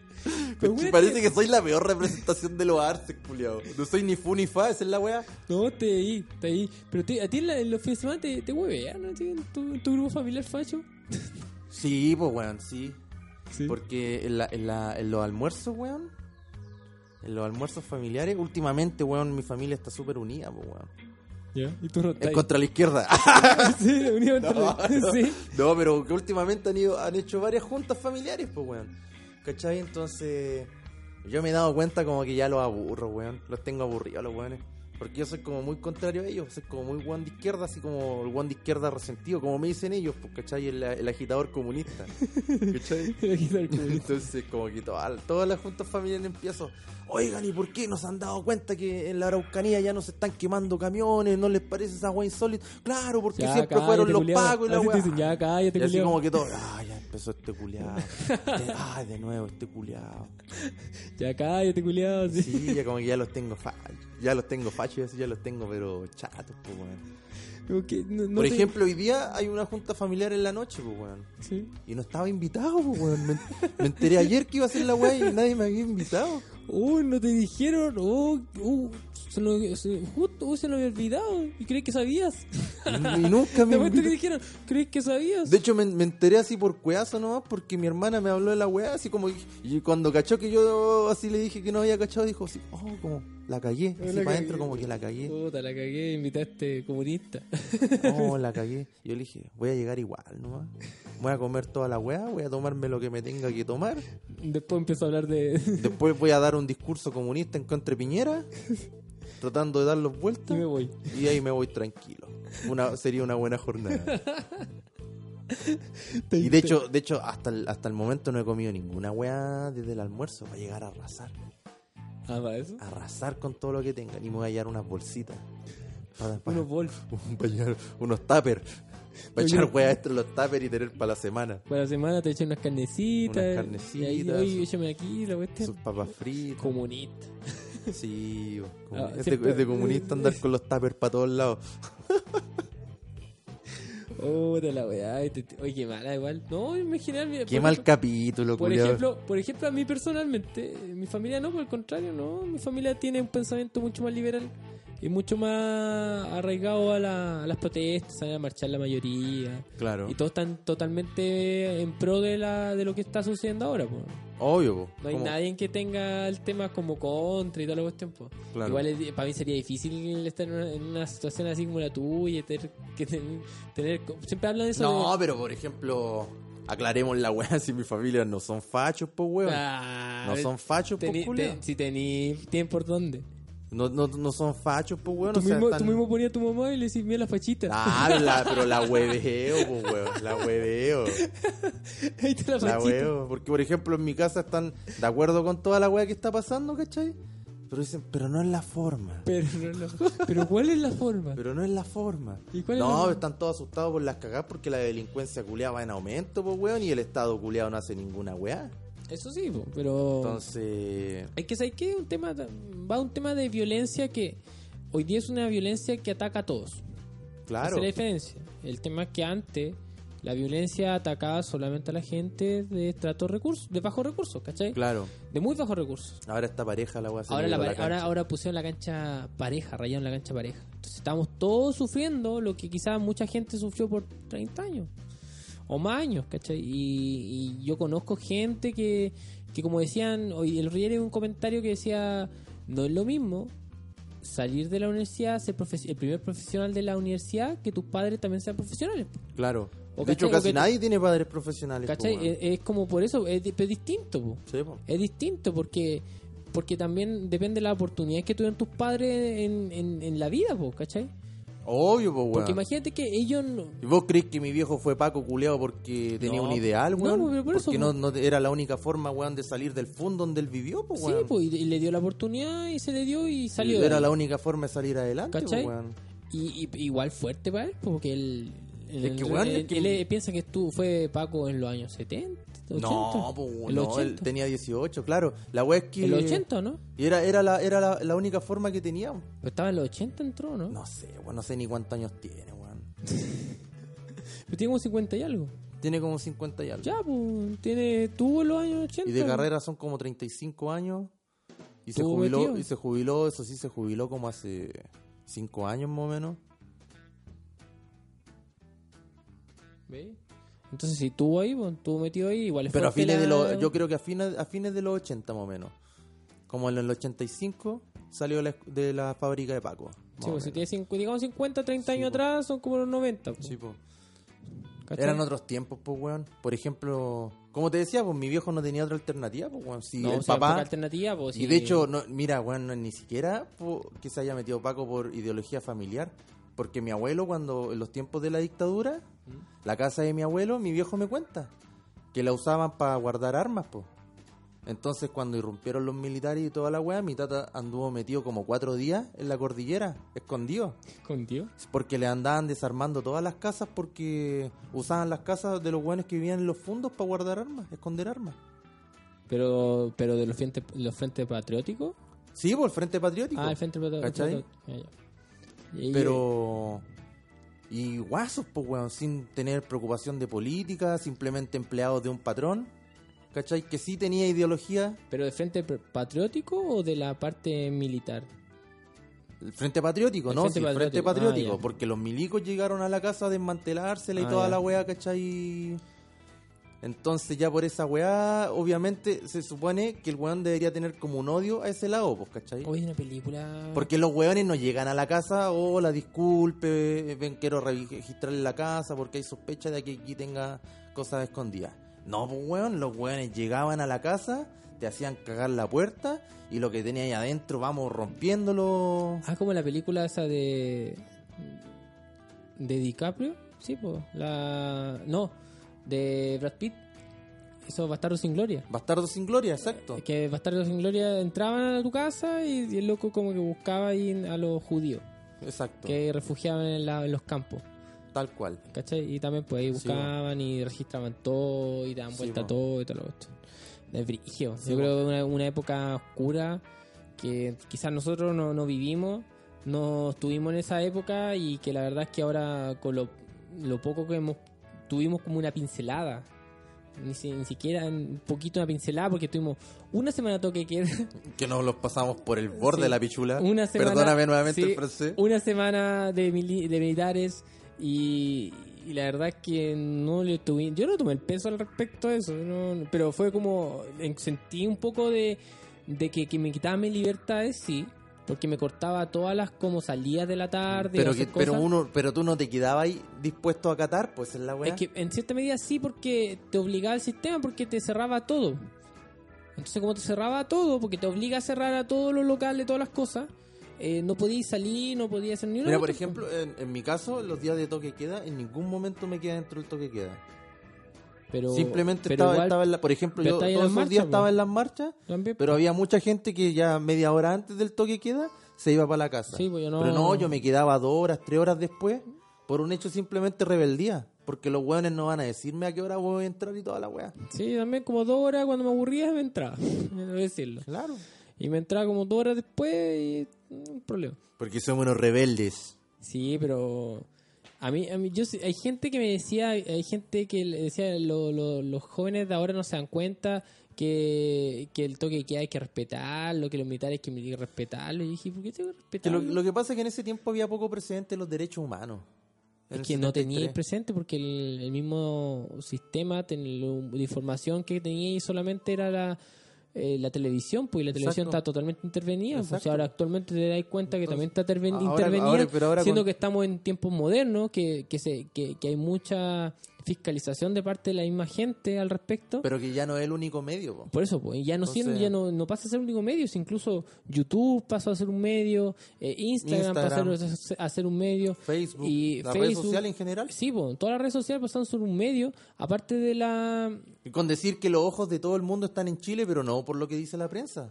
[SPEAKER 2] Pero,
[SPEAKER 1] Conche,
[SPEAKER 2] weón,
[SPEAKER 1] parece que soy la peor representación de los artes, culiao. No soy ni fu ni fa, esa es la wea.
[SPEAKER 2] No, te ahí, te ahí. Pero te- a ti en, la- en los fines de semana te, te huevean, ¿no? Así, En tu, en tu grupo familiar facho.
[SPEAKER 1] Sí, pues weón, sí.
[SPEAKER 2] Sí.
[SPEAKER 1] Porque en, la- en la- en los almuerzos, weón. En los almuerzos familiares, últimamente, weón, mi familia está súper unida, pues, weón.
[SPEAKER 2] ¿Ya? Y tú
[SPEAKER 1] Es
[SPEAKER 2] rotáis.
[SPEAKER 1] contra la izquierda.
[SPEAKER 2] sí, la unión entre-
[SPEAKER 1] No, no.
[SPEAKER 2] sí.
[SPEAKER 1] No, pero que últimamente han ido, han hecho varias juntas familiares, pues weón. ¿Cachai? Entonces, yo me he dado cuenta como que ya los aburro, weón. Los tengo aburridos a los weones. Porque yo soy como muy contrario a ellos, soy como muy weón de izquierda, así como el weón de izquierda resentido, como me dicen ellos, pues, ¿cachai? El, el agitador comunista. ¿Cachai?
[SPEAKER 2] Le quita el culo.
[SPEAKER 1] Entonces, como que toda- todas las juntas familiares empiezo. Oigan, ¿y por qué nos han dado cuenta que en la Araucanía ya nos están quemando camiones? ¿No les parece esa wea insólita? Claro, porque
[SPEAKER 2] Ya,
[SPEAKER 1] siempre
[SPEAKER 2] cállate,
[SPEAKER 1] fueron los
[SPEAKER 2] culiao.
[SPEAKER 1] pagos y la
[SPEAKER 2] Así te
[SPEAKER 1] wea.
[SPEAKER 2] dicen, ya, cállate,
[SPEAKER 1] Y así
[SPEAKER 2] culiao.
[SPEAKER 1] como que todo. Ah, ya empezó este culiado. Ay, de nuevo este culiado.
[SPEAKER 2] Ya cállate, culiado. Sí.
[SPEAKER 1] Sí, ya como que ya los tengo fa Ya los tengo fachos, y así ya los tengo, pero chatos, pues, weón.
[SPEAKER 2] Como que no- no
[SPEAKER 1] Por
[SPEAKER 2] te-
[SPEAKER 1] ejemplo, hoy día hay una junta familiar en la noche, pues, weón.
[SPEAKER 2] Sí.
[SPEAKER 1] Y no estaba invitado, pues, weón. Me, me enteré ayer que iba a ser la wea y nadie me había invitado.
[SPEAKER 2] Uy, no te dijeron. Oh, uh, se lo, se- justo, uh, se lo había olvidado. ¿Y crees que sabías?
[SPEAKER 1] Y nunca me
[SPEAKER 2] Después te
[SPEAKER 1] invitó.
[SPEAKER 2] dijeron, ¿crees que sabías?
[SPEAKER 1] De hecho, me, me enteré así por cueazo nomás, porque mi hermana me habló de la weá, así como. Y cuando cachó que yo así le dije que no había cachado, dijo así, oh, como, la cagué.
[SPEAKER 2] La
[SPEAKER 1] Así para
[SPEAKER 2] cagué.
[SPEAKER 1] adentro, como que la cagué.
[SPEAKER 2] Puta, la cagué, invitaste comunista.
[SPEAKER 1] Oh, la cagué. Yo le dije, voy a llegar igual nomás. Voy a comer toda la weá, voy a tomarme lo que me tenga que tomar.
[SPEAKER 2] Después empezó a hablar de.
[SPEAKER 1] Después voy a dar un discurso comunista en contra de Piñera, tratando de darlos
[SPEAKER 2] y me
[SPEAKER 1] vueltas.
[SPEAKER 2] voy.
[SPEAKER 1] Y ahí me voy tranquilo. Una, sería una buena jornada. Y de hecho, de hecho hasta, el, hasta el momento no he comido ninguna weá desde el almuerzo. Va a llegar a arrasar.
[SPEAKER 2] Ah, para eso.
[SPEAKER 1] A arrasar con todo lo que tenga. Y me voy a hallar unas bolsitas. Para, para-
[SPEAKER 2] Unos bols.
[SPEAKER 1] un- para hallar unos tuppers. Para echar
[SPEAKER 2] Oye.
[SPEAKER 1] weá esto en los tuppers y tener para la semana.
[SPEAKER 2] Para la semana te echan unas carnecitas.
[SPEAKER 1] Unas carnecitas.
[SPEAKER 2] Y ahí, oye, échame aquí, la cuestión.
[SPEAKER 1] Sus papas fritas.
[SPEAKER 2] Comunista.
[SPEAKER 1] Sí, bo,
[SPEAKER 2] Ah,
[SPEAKER 1] comuni- es, de,
[SPEAKER 2] siempre-
[SPEAKER 1] es de este comunista andar con los tuppers para todos lados.
[SPEAKER 2] Oh, de la weá. ay, te- te- Oye, qué mala, igual. No, en general. mira,
[SPEAKER 1] Qué
[SPEAKER 2] por
[SPEAKER 1] mal
[SPEAKER 2] ejemplo-
[SPEAKER 1] capítulo,
[SPEAKER 2] Por
[SPEAKER 1] culiao.
[SPEAKER 2] ejemplo, por ejemplo, a mí personalmente, eh, mi familia no, por el contrario, no. Mi familia tiene un pensamiento mucho más liberal y mucho más arraigado a, la- a las protestas, salen a marchar la mayoría.
[SPEAKER 1] Claro.
[SPEAKER 2] Y todos están totalmente en pro de, la, de lo que está sucediendo ahora. po.
[SPEAKER 1] Obvio, bo.
[SPEAKER 2] No hay
[SPEAKER 1] ¿Cómo?
[SPEAKER 2] nadie que tenga el tema como contra y toda la cuestión. po.
[SPEAKER 1] Claro.
[SPEAKER 2] Igual es- para mí sería difícil estar en una, en una situación así como la tuya, tener que ten- tener... Siempre hablan de eso.
[SPEAKER 1] No,
[SPEAKER 2] de-
[SPEAKER 1] pero por ejemplo, aclaremos la weá si mi familia no son fachos, pues weón.
[SPEAKER 2] Ah,
[SPEAKER 1] No son fachos,
[SPEAKER 2] Tení-
[SPEAKER 1] pues culiao.
[SPEAKER 2] ten- si tení tiempo por dónde.
[SPEAKER 1] No, no, no son fachos, pues weón.
[SPEAKER 2] Tú,
[SPEAKER 1] o sea,
[SPEAKER 2] mismo,
[SPEAKER 1] están-
[SPEAKER 2] tú mismo ponías a tu mamá y le decías, mira la fachita.
[SPEAKER 1] Ah, pero la, pero la hueveo, pues weón. La hueveo.
[SPEAKER 2] Ahí está la
[SPEAKER 1] La
[SPEAKER 2] fachita.
[SPEAKER 1] hueveo. Porque, por ejemplo, en mi casa están de acuerdo con toda la weá que está pasando, ¿cachai? Pero dicen, pero no es la forma.
[SPEAKER 2] pero, no lo- pero ¿cuál es la forma?
[SPEAKER 1] Pero no es la forma.
[SPEAKER 2] ¿Y cuál es la
[SPEAKER 1] no,
[SPEAKER 2] forma?
[SPEAKER 1] están todos asustados por las cagadas porque la delincuencia culeada va en aumento, pues weón. Y el Estado culeado no hace ninguna weá.
[SPEAKER 2] Eso sí, po, pero...
[SPEAKER 1] Entonces.
[SPEAKER 2] Hay que saber que un tema, va un tema de violencia que hoy día es una violencia que ataca a todos. Esa
[SPEAKER 1] Claro.
[SPEAKER 2] es la diferencia. El tema es que antes la violencia atacaba solamente a la gente de estratos recursos, de bajos recursos, ¿cachai?
[SPEAKER 1] Claro.
[SPEAKER 2] De muy bajos recursos.
[SPEAKER 1] Ahora esta pareja la voy a hacer.
[SPEAKER 2] Ahora, la pare-
[SPEAKER 1] la
[SPEAKER 2] ahora,
[SPEAKER 1] cancha.
[SPEAKER 2] ahora pusieron la cancha pareja, rayaron la cancha pareja. Entonces estamos todos sufriendo lo que quizás mucha gente sufrió por 30 años o más años, ¿cachai? Y, y yo conozco gente que, que como decían, hoy el otro día leí un comentario que decía, no es lo mismo salir de la universidad, ser profe- el primer profesional de la universidad, que tus padres también sean profesionales.
[SPEAKER 1] Claro.
[SPEAKER 2] O
[SPEAKER 1] de hecho,
[SPEAKER 2] cachai, o
[SPEAKER 1] casi
[SPEAKER 2] que-
[SPEAKER 1] nadie tiene padres profesionales.
[SPEAKER 2] ¿Cachai? Eh, E-,
[SPEAKER 1] po, weón.
[SPEAKER 2] Es, es como por eso, es, di- es distinto. po.
[SPEAKER 1] Sí, po.
[SPEAKER 2] Es distinto porque porque también depende de las oportunidades que tuvieron tus padres en, en- en la vida, po, ¿cachai?
[SPEAKER 1] Obvio, pues,
[SPEAKER 2] Porque
[SPEAKER 1] weón.
[SPEAKER 2] imagínate que ellos no-
[SPEAKER 1] ¿Y ¿Vos crees que mi viejo fue Paco culeado porque tenía
[SPEAKER 2] No.
[SPEAKER 1] un ideal,
[SPEAKER 2] No,
[SPEAKER 1] weón?
[SPEAKER 2] pero por eso,
[SPEAKER 1] porque no,
[SPEAKER 2] po.
[SPEAKER 1] no te- era la única forma, weón, de salir del fondo donde él vivió, pues, weón.
[SPEAKER 2] Sí, pues, y, y le dio la oportunidad y se le dio y salió. de
[SPEAKER 1] Era
[SPEAKER 2] ahí.
[SPEAKER 1] la única forma de salir adelante, pues,
[SPEAKER 2] ¿Cachai?
[SPEAKER 1] weón.
[SPEAKER 2] Y, y- igual fuerte para él, porque él. él-
[SPEAKER 1] Es que, weón,
[SPEAKER 2] él-
[SPEAKER 1] es que-
[SPEAKER 2] él, eh, piensa que estuvo, fue Paco en los años 70, 80.
[SPEAKER 1] No, pues, weón,
[SPEAKER 2] el
[SPEAKER 1] no,
[SPEAKER 2] 80.
[SPEAKER 1] él tenía 18, claro. La weá es que...
[SPEAKER 2] El 80, ¿no?
[SPEAKER 1] Y era, era, la, era la, la única forma que tenía.
[SPEAKER 2] Pero estaba en los 80 entró, ¿no?
[SPEAKER 1] No sé, weón, no sé ni cuántos años tiene, weón.
[SPEAKER 2] Pero tiene como 50 y algo.
[SPEAKER 1] Tiene como 50 y algo.
[SPEAKER 2] Ya, pues, tiene, tuvo los años 80.
[SPEAKER 1] Y de carrera son como 35 años. Y se
[SPEAKER 2] Estuvo
[SPEAKER 1] jubiló,
[SPEAKER 2] metido.
[SPEAKER 1] y se jubiló, eso sí, se jubiló como hace 5 años más o menos.
[SPEAKER 2] ¿Ve? Entonces, si estuvo ahí, pues, estuvo metido ahí, igual es
[SPEAKER 1] Pero a
[SPEAKER 2] fuerte
[SPEAKER 1] fines de
[SPEAKER 2] la-
[SPEAKER 1] los, yo creo que a fines, a fines de los 80 más o menos. Como en el 85 salió de la, de la fábrica de Paco. más
[SPEAKER 2] Sí,
[SPEAKER 1] o
[SPEAKER 2] pues, si
[SPEAKER 1] menos.
[SPEAKER 2] tiene cincu- digamos 50, 30
[SPEAKER 1] Sí,
[SPEAKER 2] años
[SPEAKER 1] pues.
[SPEAKER 2] atrás, son como los 90. pues,
[SPEAKER 1] Sí, po.
[SPEAKER 2] ¿cachai?
[SPEAKER 1] Eran otros tiempos, pues, weón. Por ejemplo, como te decía, pues mi viejo no tenía otra alternativa, pues, weón. Si
[SPEAKER 2] No,
[SPEAKER 1] el
[SPEAKER 2] o sea, poca
[SPEAKER 1] papá.
[SPEAKER 2] alternativa, pues,
[SPEAKER 1] Y
[SPEAKER 2] sí.
[SPEAKER 1] de hecho, no, mira, weón, no, ni siquiera po, que se haya metido Paco por ideología familiar. Porque mi abuelo, cuando en los tiempos de la dictadura,
[SPEAKER 2] ¿Mm?
[SPEAKER 1] la casa de mi abuelo, mi viejo me cuenta que la usaban para guardar armas, po. Entonces, cuando irrumpieron los militares y toda la weá, mi tata anduvo metido como cuatro días en la cordillera, escondido.
[SPEAKER 2] Con Dios.
[SPEAKER 1] Porque le andaban desarmando todas las casas porque usaban las casas de los weones que vivían en los fundos para guardar armas, esconder armas.
[SPEAKER 2] Pero, pero de los frentes, los frentes patrióticos.
[SPEAKER 1] Sí, por el Frente Patriótico.
[SPEAKER 2] Ah, el frente patri-
[SPEAKER 1] ¿Cachai?
[SPEAKER 2] patriótico. Ya, ya. Y-
[SPEAKER 1] Pero. Y guasos, pues, weón, sin tener preocupación de política, simplemente empleados de un patrón, ¿cachai? Que sí tenía ideología.
[SPEAKER 2] eh, ¿Pero de frente pr- patriótico o de la parte militar?
[SPEAKER 1] El Frente Patriótico,
[SPEAKER 2] El
[SPEAKER 1] ¿no?
[SPEAKER 2] Frente
[SPEAKER 1] sí, el Frente
[SPEAKER 2] Patriótico. Ah,
[SPEAKER 1] Patriótico,
[SPEAKER 2] ya.
[SPEAKER 1] porque los milicos llegaron a la casa a desmantelársela y
[SPEAKER 2] Ah,
[SPEAKER 1] toda
[SPEAKER 2] ya.
[SPEAKER 1] la weá, ¿cachai? Entonces ya por esa weá, obviamente se supone que el weón debería tener como un odio a ese lado, pues, ¿cachai?
[SPEAKER 2] Hoy es una película.
[SPEAKER 1] Porque los weones no llegan a la casa, hola, disculpe, ven, quiero registrarle la casa porque hay sospecha de que aquí tenga cosas escondidas. No, pues weón, los weones llegaban a la casa, te hacían cagar la puerta y lo que tenía ahí adentro, vamos rompiéndolo.
[SPEAKER 2] Ah, como la película esa de. de DiCaprio. Sí, pues. La. No, de Brad Pitt. Eso, Bastardos sin Gloria.
[SPEAKER 1] Bastardos sin gloria, exacto.
[SPEAKER 2] Es que Bastardos sin Gloria entraban a tu casa y, y el loco como que buscaba ahí a los judíos
[SPEAKER 1] Exacto,
[SPEAKER 2] que refugiaban en, la- en los campos.
[SPEAKER 1] tal cual.
[SPEAKER 2] ¿Cachai? Y también pues ahí buscaban y registraban todo y daban
[SPEAKER 1] Sí,
[SPEAKER 2] vuelta a
[SPEAKER 1] po.
[SPEAKER 2] todo y todo lo cuestión. Es brigio.
[SPEAKER 1] Sí,
[SPEAKER 2] Yo
[SPEAKER 1] po.
[SPEAKER 2] creo que una, una época oscura que quizás nosotros no, no vivimos, no estuvimos en esa época y que la verdad es que ahora con lo, lo poco que hemos tuvimos como una pincelada. Ni, si- ni siquiera un poquito una pincelada porque tuvimos una semana toque de queda,
[SPEAKER 1] Que nos los pasamos por el borde
[SPEAKER 2] Sí.
[SPEAKER 1] de la pichula.
[SPEAKER 2] una semana,
[SPEAKER 1] Perdóname nuevamente
[SPEAKER 2] sí,
[SPEAKER 1] el francés.
[SPEAKER 2] Una semana de, mili- de militares y, y la verdad es que no le tuve, yo no tomé el peso al respecto a eso, no- no- pero fue como, en- sentí un poco de, de que, que me quitaba mi libertades, sí, porque me cortaba todas las como salidas de la tarde.
[SPEAKER 1] Pero,
[SPEAKER 2] hacer
[SPEAKER 1] que- pero,
[SPEAKER 2] cosas.
[SPEAKER 1] uno, pero tú no te quedabas ahí dispuesto a acatar, pues es la weá.
[SPEAKER 2] Es que en cierta medida sí, porque te obligaba el sistema, porque te cerraba todo. Entonces, como te cerraba todo, porque te obliga a cerrar a todos los locales, todas las cosas, eh, no podías salir, no podías hacer ni una.
[SPEAKER 1] Mira, por
[SPEAKER 2] cuestión.
[SPEAKER 1] ejemplo, en, en mi caso, los días de toque queda, en ningún momento me queda dentro del toque queda.
[SPEAKER 2] pero,
[SPEAKER 1] Simplemente
[SPEAKER 2] pero
[SPEAKER 1] estaba,
[SPEAKER 2] igual,
[SPEAKER 1] estaba en la, por ejemplo,
[SPEAKER 2] pero
[SPEAKER 1] yo
[SPEAKER 2] está
[SPEAKER 1] todos
[SPEAKER 2] ahí en
[SPEAKER 1] los
[SPEAKER 2] las
[SPEAKER 1] días
[SPEAKER 2] marchas, pues.
[SPEAKER 1] estaba
[SPEAKER 2] po.
[SPEAKER 1] en las marchas,
[SPEAKER 2] también,
[SPEAKER 1] pero había mucha gente que ya media hora antes del toque queda se iba para la casa.
[SPEAKER 2] Sí, pues yo no-
[SPEAKER 1] Pero no, yo me quedaba dos horas, tres horas después por un hecho simplemente rebeldía, porque los hueones no van a decirme a qué hora voy a entrar y toda la hueá.
[SPEAKER 2] sí, también como dos horas cuando me aburría me entraba, debo decirlo.
[SPEAKER 1] Claro.
[SPEAKER 2] Y me entraba como dos horas después y mm, un problema.
[SPEAKER 1] Porque somos unos rebeldes.
[SPEAKER 2] Sí, pero a mí, a mí yo, sé- hay gente que me decía, hay gente que le decía, lo- lo- los jóvenes de ahora no se dan cuenta que, que el toque de queda hay que respetarlo, que los militares que hay que respetarlo. Y yo dije, ¿por qué tengo que
[SPEAKER 1] Que lo,
[SPEAKER 2] respetarlo?
[SPEAKER 1] lo que pasa es que en ese tiempo había poco precedente en los derechos humanos. En
[SPEAKER 2] es
[SPEAKER 1] el
[SPEAKER 2] que no tenía
[SPEAKER 1] 73.
[SPEAKER 2] presente porque el, el mismo sistema ten- lo- la información que tenía y solamente era la, eh, la televisión, pues y la televisión
[SPEAKER 1] Exacto.
[SPEAKER 2] está totalmente intervenida. pues, o sea,
[SPEAKER 1] Exacto.
[SPEAKER 2] ahora actualmente te dais cuenta que también está interven-
[SPEAKER 1] ahora-
[SPEAKER 2] intervenida,
[SPEAKER 1] ahora- pero ahora
[SPEAKER 2] siendo
[SPEAKER 1] con-
[SPEAKER 2] que estamos en tiempos modernos, que, que, se, que, que hay mucha fiscalización de parte de la misma gente al respecto.
[SPEAKER 1] Pero que ya no es el único medio, po.
[SPEAKER 2] Por eso, pues, ya no siendo,
[SPEAKER 1] Entonces-
[SPEAKER 2] ya no, no pasa a ser un único medio, si incluso YouTube pasó a ser un medio, eh, Instagram,
[SPEAKER 1] Instagram.
[SPEAKER 2] pasó a ser, a ser un medio.
[SPEAKER 1] Facebook,
[SPEAKER 2] Y
[SPEAKER 1] las redes
[SPEAKER 2] Facebook-
[SPEAKER 1] sociales en general.
[SPEAKER 2] Sí, po, todas las redes sociales pasaron a ser un medio, aparte de la...
[SPEAKER 1] Y Con decir que los ojos de todo el mundo están en Chile, pero no por lo que dice la prensa.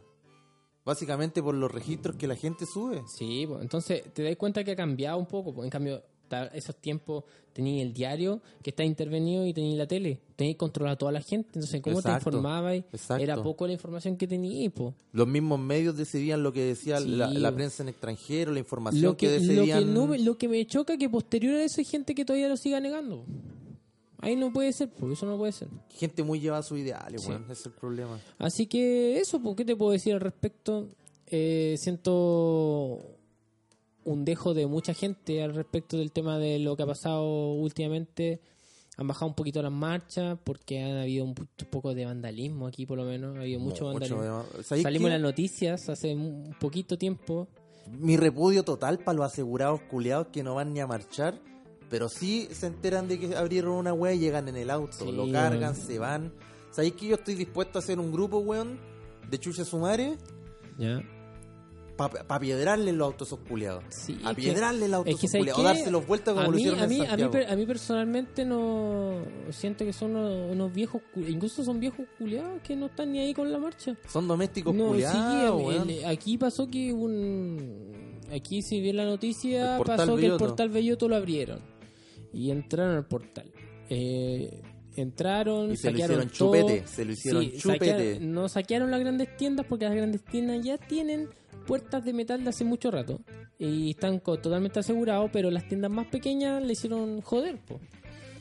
[SPEAKER 1] Básicamente por los registros que la gente sube.
[SPEAKER 2] Sí, po, entonces te das cuenta que ha cambiado un poco, po. en cambio ta- esos tiempos tenías el diario que está intervenido y tenías la tele, tenías que controlar a toda la gente, entonces cómo
[SPEAKER 1] Exacto,
[SPEAKER 2] te informabas,
[SPEAKER 1] exacto.
[SPEAKER 2] era poco la información que tenías, po.
[SPEAKER 1] Los mismos medios decidían lo que decía
[SPEAKER 2] Sí,
[SPEAKER 1] la, la
[SPEAKER 2] bo.
[SPEAKER 1] prensa en extranjero, la información
[SPEAKER 2] lo
[SPEAKER 1] que,
[SPEAKER 2] que, lo, que
[SPEAKER 1] decidían.
[SPEAKER 2] no me- lo que me choca que posterior a eso hay gente que todavía lo siga negando. Ahí no puede ser, porque eso no puede ser.
[SPEAKER 1] Gente muy llevada a sus ideales,
[SPEAKER 2] Sí.
[SPEAKER 1] weón. Ese es el problema.
[SPEAKER 2] Así que eso, ¿por qué te puedo decir al respecto? Eh, siento un dejo de mucha gente al respecto del tema de lo que ha pasado últimamente. Han bajado un poquito las marchas porque han habido un pu- poco de vandalismo aquí, por lo menos. Ha habido mucho vandalismo.
[SPEAKER 1] demás. ¿Sabéis
[SPEAKER 2] Salimos en
[SPEAKER 1] qué?
[SPEAKER 2] las noticias hace un poquito tiempo.
[SPEAKER 1] Mi repudio total para los asegurados culeados que no van ni a marchar, pero sí se enteran de que abrieron una wea y llegan en el auto,
[SPEAKER 2] Sí,
[SPEAKER 1] lo cargan,
[SPEAKER 2] weón.
[SPEAKER 1] se van. ¿Sabéis que yo estoy dispuesto a hacer un grupo, weón, de chucha sumare
[SPEAKER 2] ¿Ya?
[SPEAKER 1] para pa piedrarle los autos a esos culeados?
[SPEAKER 2] Sí, es
[SPEAKER 1] a
[SPEAKER 2] que-
[SPEAKER 1] piedrarle el auto a
[SPEAKER 2] es que
[SPEAKER 1] esos culeados, o
[SPEAKER 2] ¿sabes qué?
[SPEAKER 1] dárselos vueltas como
[SPEAKER 2] a
[SPEAKER 1] lo
[SPEAKER 2] mí,
[SPEAKER 1] hicieron
[SPEAKER 2] a
[SPEAKER 1] en
[SPEAKER 2] mí, a mí
[SPEAKER 1] Santiago.
[SPEAKER 2] per- a mí personalmente no siento que son unos, unos viejos, cu- incluso son viejos culiados que no están ni ahí con la marcha.
[SPEAKER 1] Son domésticos
[SPEAKER 2] No, sí,
[SPEAKER 1] culeados, weón.
[SPEAKER 2] el- el- aquí pasó que un aquí si bien la
[SPEAKER 1] El
[SPEAKER 2] noticia
[SPEAKER 1] portal
[SPEAKER 2] pasó que el
[SPEAKER 1] Belloto.
[SPEAKER 2] portal Belloto lo abrieron y entraron al portal. Eh, entraron,
[SPEAKER 1] Y se lo
[SPEAKER 2] saquearon
[SPEAKER 1] hicieron
[SPEAKER 2] todo.
[SPEAKER 1] chupete, se lo hicieron
[SPEAKER 2] Sí,
[SPEAKER 1] chupete.
[SPEAKER 2] saquea- no saquearon las grandes tiendas porque las grandes tiendas ya tienen puertas de metal de hace mucho rato y están co- totalmente asegurados, pero las tiendas más pequeñas le hicieron joder, po.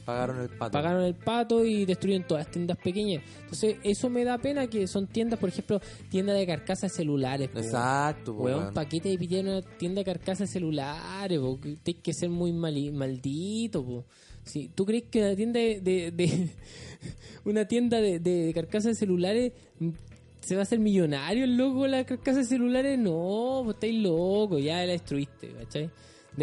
[SPEAKER 1] Pagaron el pato.
[SPEAKER 2] Pagaron el pato y destruyeron todas las tiendas pequeñas. Entonces, eso me da pena que son tiendas, por ejemplo, tienda de carcasas de celulares. po.
[SPEAKER 1] Exacto, po,
[SPEAKER 2] Weón,
[SPEAKER 1] weón.
[SPEAKER 2] ¿pa' qué te pidieron una tienda de carcasas de celulares? po? Que Tienes que ser muy mali- maldito, po. Sí, ¿Tú crees que una tienda de... de- de- una tienda de, de carcasas de celulares mm, se va a hacer millonario el loco con las carcasas de celulares? No, pues estáis loco, ya la destruiste, ¿cachai?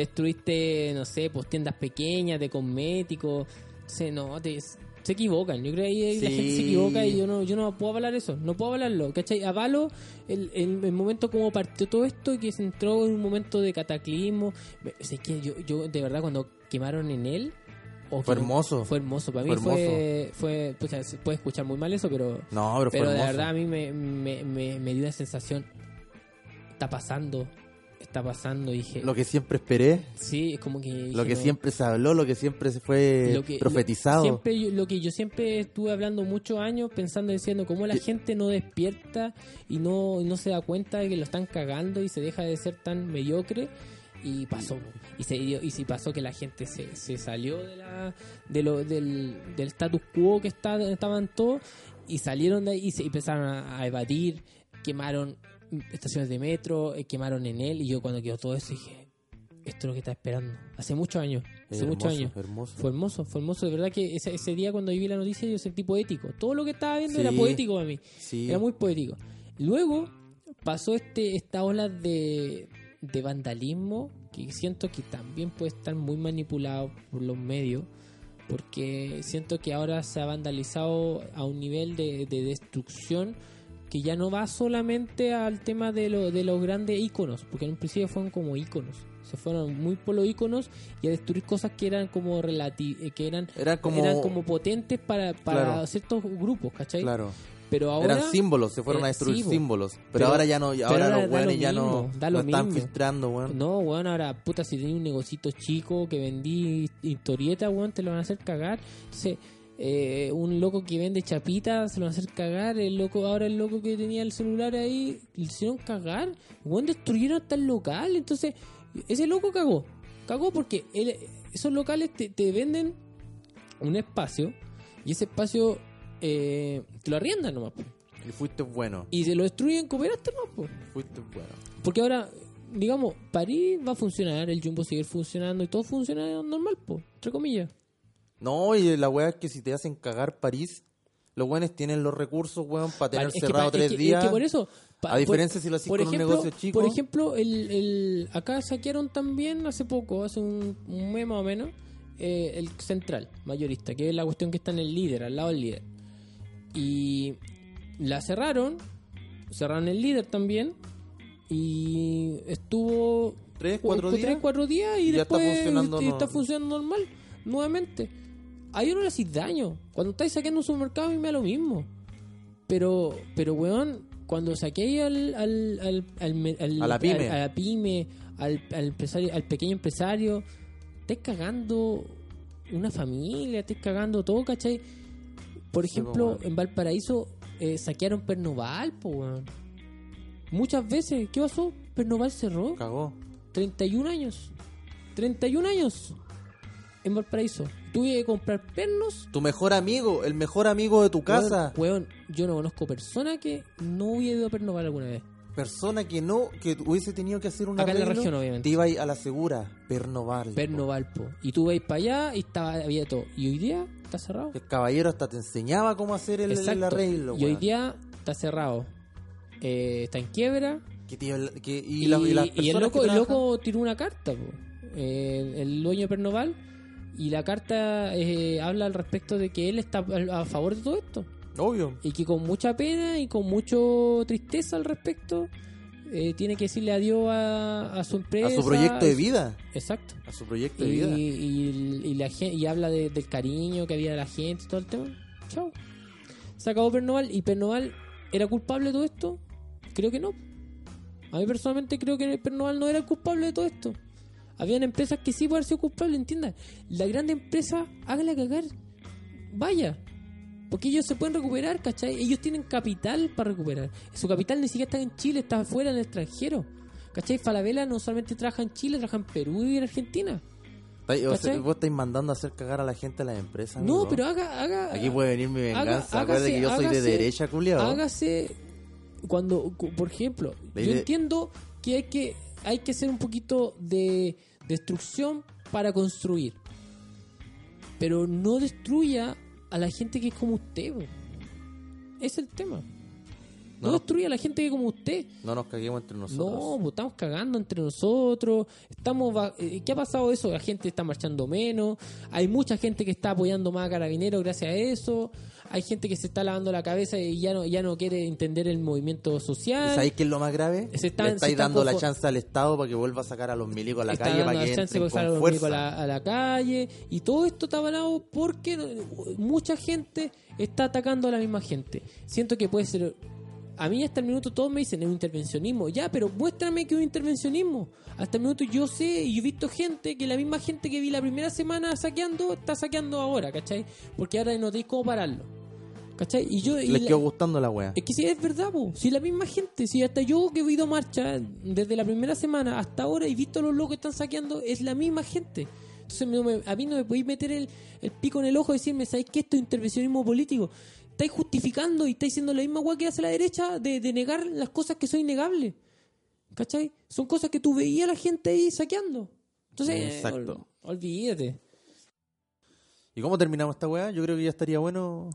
[SPEAKER 2] Destruiste, no sé, pues tiendas pequeñas de cosméticos. Entonces, no, te- se equivocan. Yo creo que ahí ahí la
[SPEAKER 1] Sí.
[SPEAKER 2] gente se equivoca y yo no, yo no puedo avalar eso, no puedo avalarlo, ¿cachai? Avalo el, el, el momento como partió todo esto y que se entró en un momento de cataclismo. Me- sé que yo, yo, de verdad, cuando quemaron en él... o
[SPEAKER 1] Fue
[SPEAKER 2] que-
[SPEAKER 1] hermoso.
[SPEAKER 2] Fue hermoso, para mí
[SPEAKER 1] Fue
[SPEAKER 2] fue... fue pucha, se puede escuchar muy mal eso, pero...
[SPEAKER 1] No, pero,
[SPEAKER 2] Pero
[SPEAKER 1] fue
[SPEAKER 2] de
[SPEAKER 1] hermoso.
[SPEAKER 2] verdad a mí me, me, me, me dio la sensación, está pasando, está pasando, dije...
[SPEAKER 1] Lo que siempre esperé,
[SPEAKER 2] sí, es como que...
[SPEAKER 1] lo
[SPEAKER 2] dije,
[SPEAKER 1] que
[SPEAKER 2] no.
[SPEAKER 1] siempre se habló, lo que siempre se fue
[SPEAKER 2] Lo que-
[SPEAKER 1] profetizado.
[SPEAKER 2] Siempre yo- lo que yo siempre estuve hablando muchos años, pensando, diciendo cómo la
[SPEAKER 1] Y-
[SPEAKER 2] gente no despierta y no, y no se da cuenta de que lo están cagando y se deja de ser tan mediocre. Y pasó, y se dio- y si pasó que la gente se, se salió de la, de lo, del, del status quo que está, estaban todos y salieron de ahí y, se, y empezaron a, a evadir, quemaron mm, estaciones de metro, eh, quemaron en él. Y yo cuando quedó todo eso dije: Esto es lo que está esperando. Hace muchos años,
[SPEAKER 1] Es
[SPEAKER 2] hace muchos
[SPEAKER 1] hermoso,
[SPEAKER 2] años.
[SPEAKER 1] hermoso.
[SPEAKER 2] Fue hermoso, fue hermoso. De verdad que ese, ese día cuando yo vi la noticia yo sentí poético. Todo lo que estaba viendo era
[SPEAKER 1] Sí.
[SPEAKER 2] poético para mí.
[SPEAKER 1] Sí.
[SPEAKER 2] Era muy poético. Luego pasó este esta ola de, de vandalismo que siento que también puede estar muy manipulado por los medios. Porque siento que ahora se ha vandalizado a un nivel de, de destrucción que ya no va solamente al tema de, lo, de los grandes íconos, porque en un principio fueron como íconos, se fueron muy por los íconos y a destruir cosas que eran como relati eh, que eran,
[SPEAKER 1] Era como,
[SPEAKER 2] eran como potentes para, para
[SPEAKER 1] Claro.
[SPEAKER 2] ciertos grupos, ¿cachai?
[SPEAKER 1] claro,
[SPEAKER 2] Pero ahora
[SPEAKER 1] eran símbolos, se fueron
[SPEAKER 2] era-
[SPEAKER 1] a destruir
[SPEAKER 2] sí, bo.
[SPEAKER 1] símbolos, pero,
[SPEAKER 2] Pero-
[SPEAKER 1] ahora ya no, ahora
[SPEAKER 2] ahora
[SPEAKER 1] los
[SPEAKER 2] da lo
[SPEAKER 1] weones ya no,
[SPEAKER 2] mismo, da
[SPEAKER 1] no
[SPEAKER 2] lo
[SPEAKER 1] están
[SPEAKER 2] mismo.
[SPEAKER 1] filtrando, weón.
[SPEAKER 2] No, weón, ahora, puta, si tenía un negocito chico que vendí historieta, weón, te lo van a hacer cagar. Entonces, eh, un loco que vende chapitas, se lo van a hacer cagar. El loco, ahora el loco que tenía el celular ahí, le hicieron cagar. Weón, destruyeron hasta el local. Entonces, ese loco cagó. Cagó porque él- esos locales te, te venden un espacio y ese espacio eh, te lo arriendan nomás. po.
[SPEAKER 1] Y fuiste bueno,
[SPEAKER 2] Y se lo destruyen, cooperaste nomás. po.
[SPEAKER 1] fuiste bueno.
[SPEAKER 2] Porque ahora, digamos, París va a funcionar, el Jumbo sigue funcionando y todo funciona normal, po, entre comillas.
[SPEAKER 1] No, y la weá es que si te hacen cagar París, los weones tienen los recursos, weón, para tener
[SPEAKER 2] Es que
[SPEAKER 1] cerrado
[SPEAKER 2] pa-
[SPEAKER 1] tres
[SPEAKER 2] es que- es
[SPEAKER 1] días.
[SPEAKER 2] que por eso, pa-
[SPEAKER 1] a diferencia si lo haces con un negocio chico.
[SPEAKER 2] Por ejemplo, el, el- acá saquearon también hace poco, hace un, un mes más o menos, eh, el central, mayorista, que es la cuestión que está en el líder, al lado del líder. Y la cerraron, cerraron el líder también, y estuvo
[SPEAKER 1] ¿Tres, cuatro
[SPEAKER 2] cu-
[SPEAKER 1] días?
[SPEAKER 2] tres, cuatro días y
[SPEAKER 1] Ya está
[SPEAKER 2] después
[SPEAKER 1] funcionando
[SPEAKER 2] y está
[SPEAKER 1] normal.
[SPEAKER 2] funcionando normal nuevamente. Ahí no le hacís daño. Cuando estáis saqueando un supermercado a mí me da lo mismo. Pero, pero weón, cuando saquéis al, al, al, al me- al-
[SPEAKER 1] A la pyme.
[SPEAKER 2] al- a la pyme, al, al empresario, al pequeño empresario, estáis cagando una familia, estáis cagando todo, ¿cachai? Por
[SPEAKER 1] Sí, po,
[SPEAKER 2] ejemplo,
[SPEAKER 1] weón.
[SPEAKER 2] en Valparaíso eh, saquearon Pernoval, po, weón. Muchas veces, ¿qué pasó? Pernoval cerró.
[SPEAKER 1] Cagó.
[SPEAKER 2] 31 años. 31 años en Valparaíso. Tuve que comprar pernos.
[SPEAKER 1] Tu mejor amigo, el mejor amigo de tu casa.
[SPEAKER 2] Weón, weón, yo no conozco persona que no hubiera ido a Pernoval alguna vez.
[SPEAKER 1] Persona que no, que hubiese tenido que hacer una
[SPEAKER 2] Acá en la región, obviamente.
[SPEAKER 1] Te iba a la segura, Pernoval.
[SPEAKER 2] Pernoval, po. Y tú vais para allá y estaba había todo. Y hoy día está cerrado.
[SPEAKER 1] El caballero hasta te enseñaba cómo hacer el, el
[SPEAKER 2] Exacto.
[SPEAKER 1] arreglo.
[SPEAKER 2] y hoy
[SPEAKER 1] weón.
[SPEAKER 2] día está cerrado. Eh, está en quiebra.
[SPEAKER 1] Que te iba- que- y,
[SPEAKER 2] Y,
[SPEAKER 1] la- y las
[SPEAKER 2] y el,
[SPEAKER 1] personas
[SPEAKER 2] loco,
[SPEAKER 1] que
[SPEAKER 2] el
[SPEAKER 1] trabajan-
[SPEAKER 2] loco tiró una carta, po. Eh, el dueño de Pernoval. Y la carta eh, habla al respecto de que él está a a favor de todo esto.
[SPEAKER 1] Obvio.
[SPEAKER 2] y que con mucha pena y con mucho tristeza al respecto eh, tiene que decirle adiós a, a su empresa
[SPEAKER 1] A su proyecto de vida.
[SPEAKER 2] exacto
[SPEAKER 1] A su proyecto
[SPEAKER 2] y,
[SPEAKER 1] de vida.
[SPEAKER 2] y- y la gen- y habla de- del cariño que había de la gente y todo el tema chao se acabó Pernoval y Pernoval era culpable de todo esto creo que no a mí personalmente creo que Pernoval no era el culpable de todo esto habían empresas que sí pueden haber sido culpables entiendan la grande empresa hágala cagar vaya porque ellos se pueden recuperar, ¿cachai? Ellos tienen capital para recuperar. Su capital ni siquiera está en Chile, está afuera, en el extranjero. ¿Cachai? Falabella no solamente trabaja en Chile, trabaja en Perú y en Argentina.
[SPEAKER 1] Está- o sea,
[SPEAKER 2] ¿cachai?
[SPEAKER 1] vos estáis mandando a hacer cagar a la gente a las empresas.
[SPEAKER 2] No,
[SPEAKER 1] amigo.
[SPEAKER 2] pero haga, haga.
[SPEAKER 1] Aquí puede venir mi venganza.
[SPEAKER 2] haga-
[SPEAKER 1] Acuérdate
[SPEAKER 2] hágase-
[SPEAKER 1] que yo soy de
[SPEAKER 2] hágase-
[SPEAKER 1] derecha, culiado.
[SPEAKER 2] Hágase cuando, cu- por ejemplo,
[SPEAKER 1] La
[SPEAKER 2] yo
[SPEAKER 1] idea-
[SPEAKER 2] entiendo que hay que hay que hacer un poquito de destrucción para construir, pero no destruya a la gente que es como usted. po. Es el tema. No,
[SPEAKER 1] No.
[SPEAKER 2] destruya a la gente que es como usted.
[SPEAKER 1] No nos caguemos entre
[SPEAKER 2] No,
[SPEAKER 1] nosotros.
[SPEAKER 2] pues, estamos cagando entre nosotros. Estamos va- eh, ¿Qué ha pasado eso? La gente está marchando menos. Hay mucha gente que está apoyando más a Carabineros gracias a eso. Hay gente que se está lavando la cabeza y ya no, ya no quiere entender el movimiento
[SPEAKER 1] ¿Y
[SPEAKER 2] social.
[SPEAKER 1] ¿Sabéis qué es lo más grave?
[SPEAKER 2] Se están-
[SPEAKER 1] Le
[SPEAKER 2] se
[SPEAKER 1] estáis
[SPEAKER 2] están
[SPEAKER 1] dando la
[SPEAKER 2] confo-
[SPEAKER 1] chance al Estado para que vuelva a sacar a los milicos a la
[SPEAKER 2] Está
[SPEAKER 1] calle
[SPEAKER 2] dando
[SPEAKER 1] para que
[SPEAKER 2] la chance
[SPEAKER 1] entren
[SPEAKER 2] de sacar a
[SPEAKER 1] con
[SPEAKER 2] los
[SPEAKER 1] fuerza.
[SPEAKER 2] milicos a la, a la calle. Y todo esto está avalado porque no- mucha gente está atacando a la misma gente. Siento que puede ser. A mí hasta el minuto todos me dicen es un intervencionismo. Ya, pero muéstrame que es un intervencionismo. Hasta el minuto yo sé y yo he visto gente que la misma gente que vi la primera semana saqueando está saqueando ahora, ¿cachai? Porque ahora no tenéis cómo pararlo. ¿Cachai? Y yo. y
[SPEAKER 1] Les
[SPEAKER 2] la-
[SPEAKER 1] quedó gustando la wea.
[SPEAKER 2] es que sí, es verdad, po. Si la misma gente, si hasta yo que he ido a marcha desde la primera semana hasta ahora y visto a los locos que están saqueando, es la misma gente. Entonces no me- a mí no me podéis meter el, el pico en el ojo y decirme, ¿sabéis que esto es intervencionismo político? Estáis justificando y estáis diciendo la misma guay que hace la derecha de, de negar las cosas que son innegables. ¿Cachai? Son cosas que tú veías a la gente ahí saqueando. Entonces, eh,
[SPEAKER 1] Exacto.
[SPEAKER 2] ol- olvídate.
[SPEAKER 1] ¿Y cómo terminamos esta wea? Yo creo que ya estaría bueno.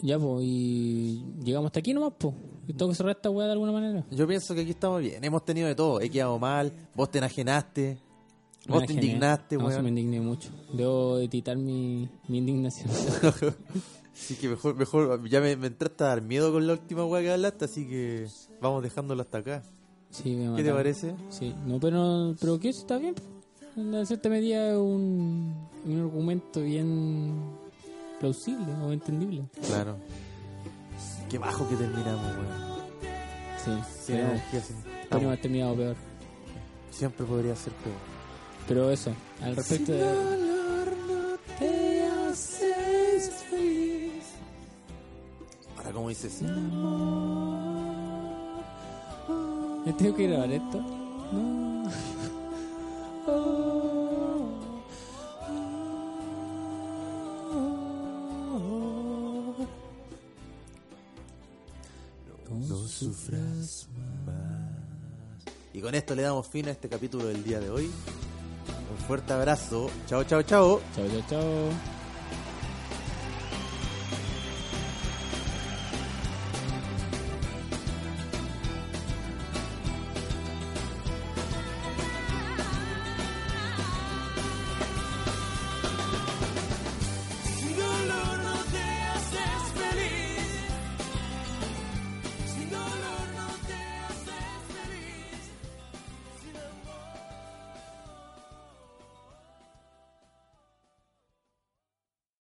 [SPEAKER 2] Ya, pues, y llegamos hasta aquí nomás, pues. Tengo que cerrar esta weá de alguna manera.
[SPEAKER 1] Yo pienso que aquí estamos bien. Hemos tenido de todo. He quedado mal. Vos te enajenaste. Vos te
[SPEAKER 2] Me enajené.
[SPEAKER 1] indignaste,
[SPEAKER 2] ¿eh? no, sí
[SPEAKER 1] weón.
[SPEAKER 2] me indigné mucho. Debo editar mi, mi indignación.
[SPEAKER 1] Así que mejor, mejor, ya me, me entraste a dar miedo con la última weá que hablaste, así que vamos dejándolo hasta acá.
[SPEAKER 2] Sí, me
[SPEAKER 1] ¿Qué te
[SPEAKER 2] mataron.
[SPEAKER 1] parece?
[SPEAKER 2] Sí, no, pero, pero que eso está bien. En cierta medida es un, un argumento bien plausible o entendible.
[SPEAKER 1] Claro. Qué bajo que terminamos, weón.
[SPEAKER 2] Sí,
[SPEAKER 1] Sin
[SPEAKER 2] pero
[SPEAKER 1] energía, sin-
[SPEAKER 2] podríamos haber terminado peor.
[SPEAKER 1] Siempre podría ser peor.
[SPEAKER 2] Pero eso, al respecto de...
[SPEAKER 1] Ahora, como dices, sí.
[SPEAKER 2] ¿Me tengo que grabar esto? No.
[SPEAKER 1] no sufras Y con esto le damos fin a este capítulo del día de hoy. Un fuerte abrazo. Chao, chao, chao.
[SPEAKER 2] Chao, chao, chao.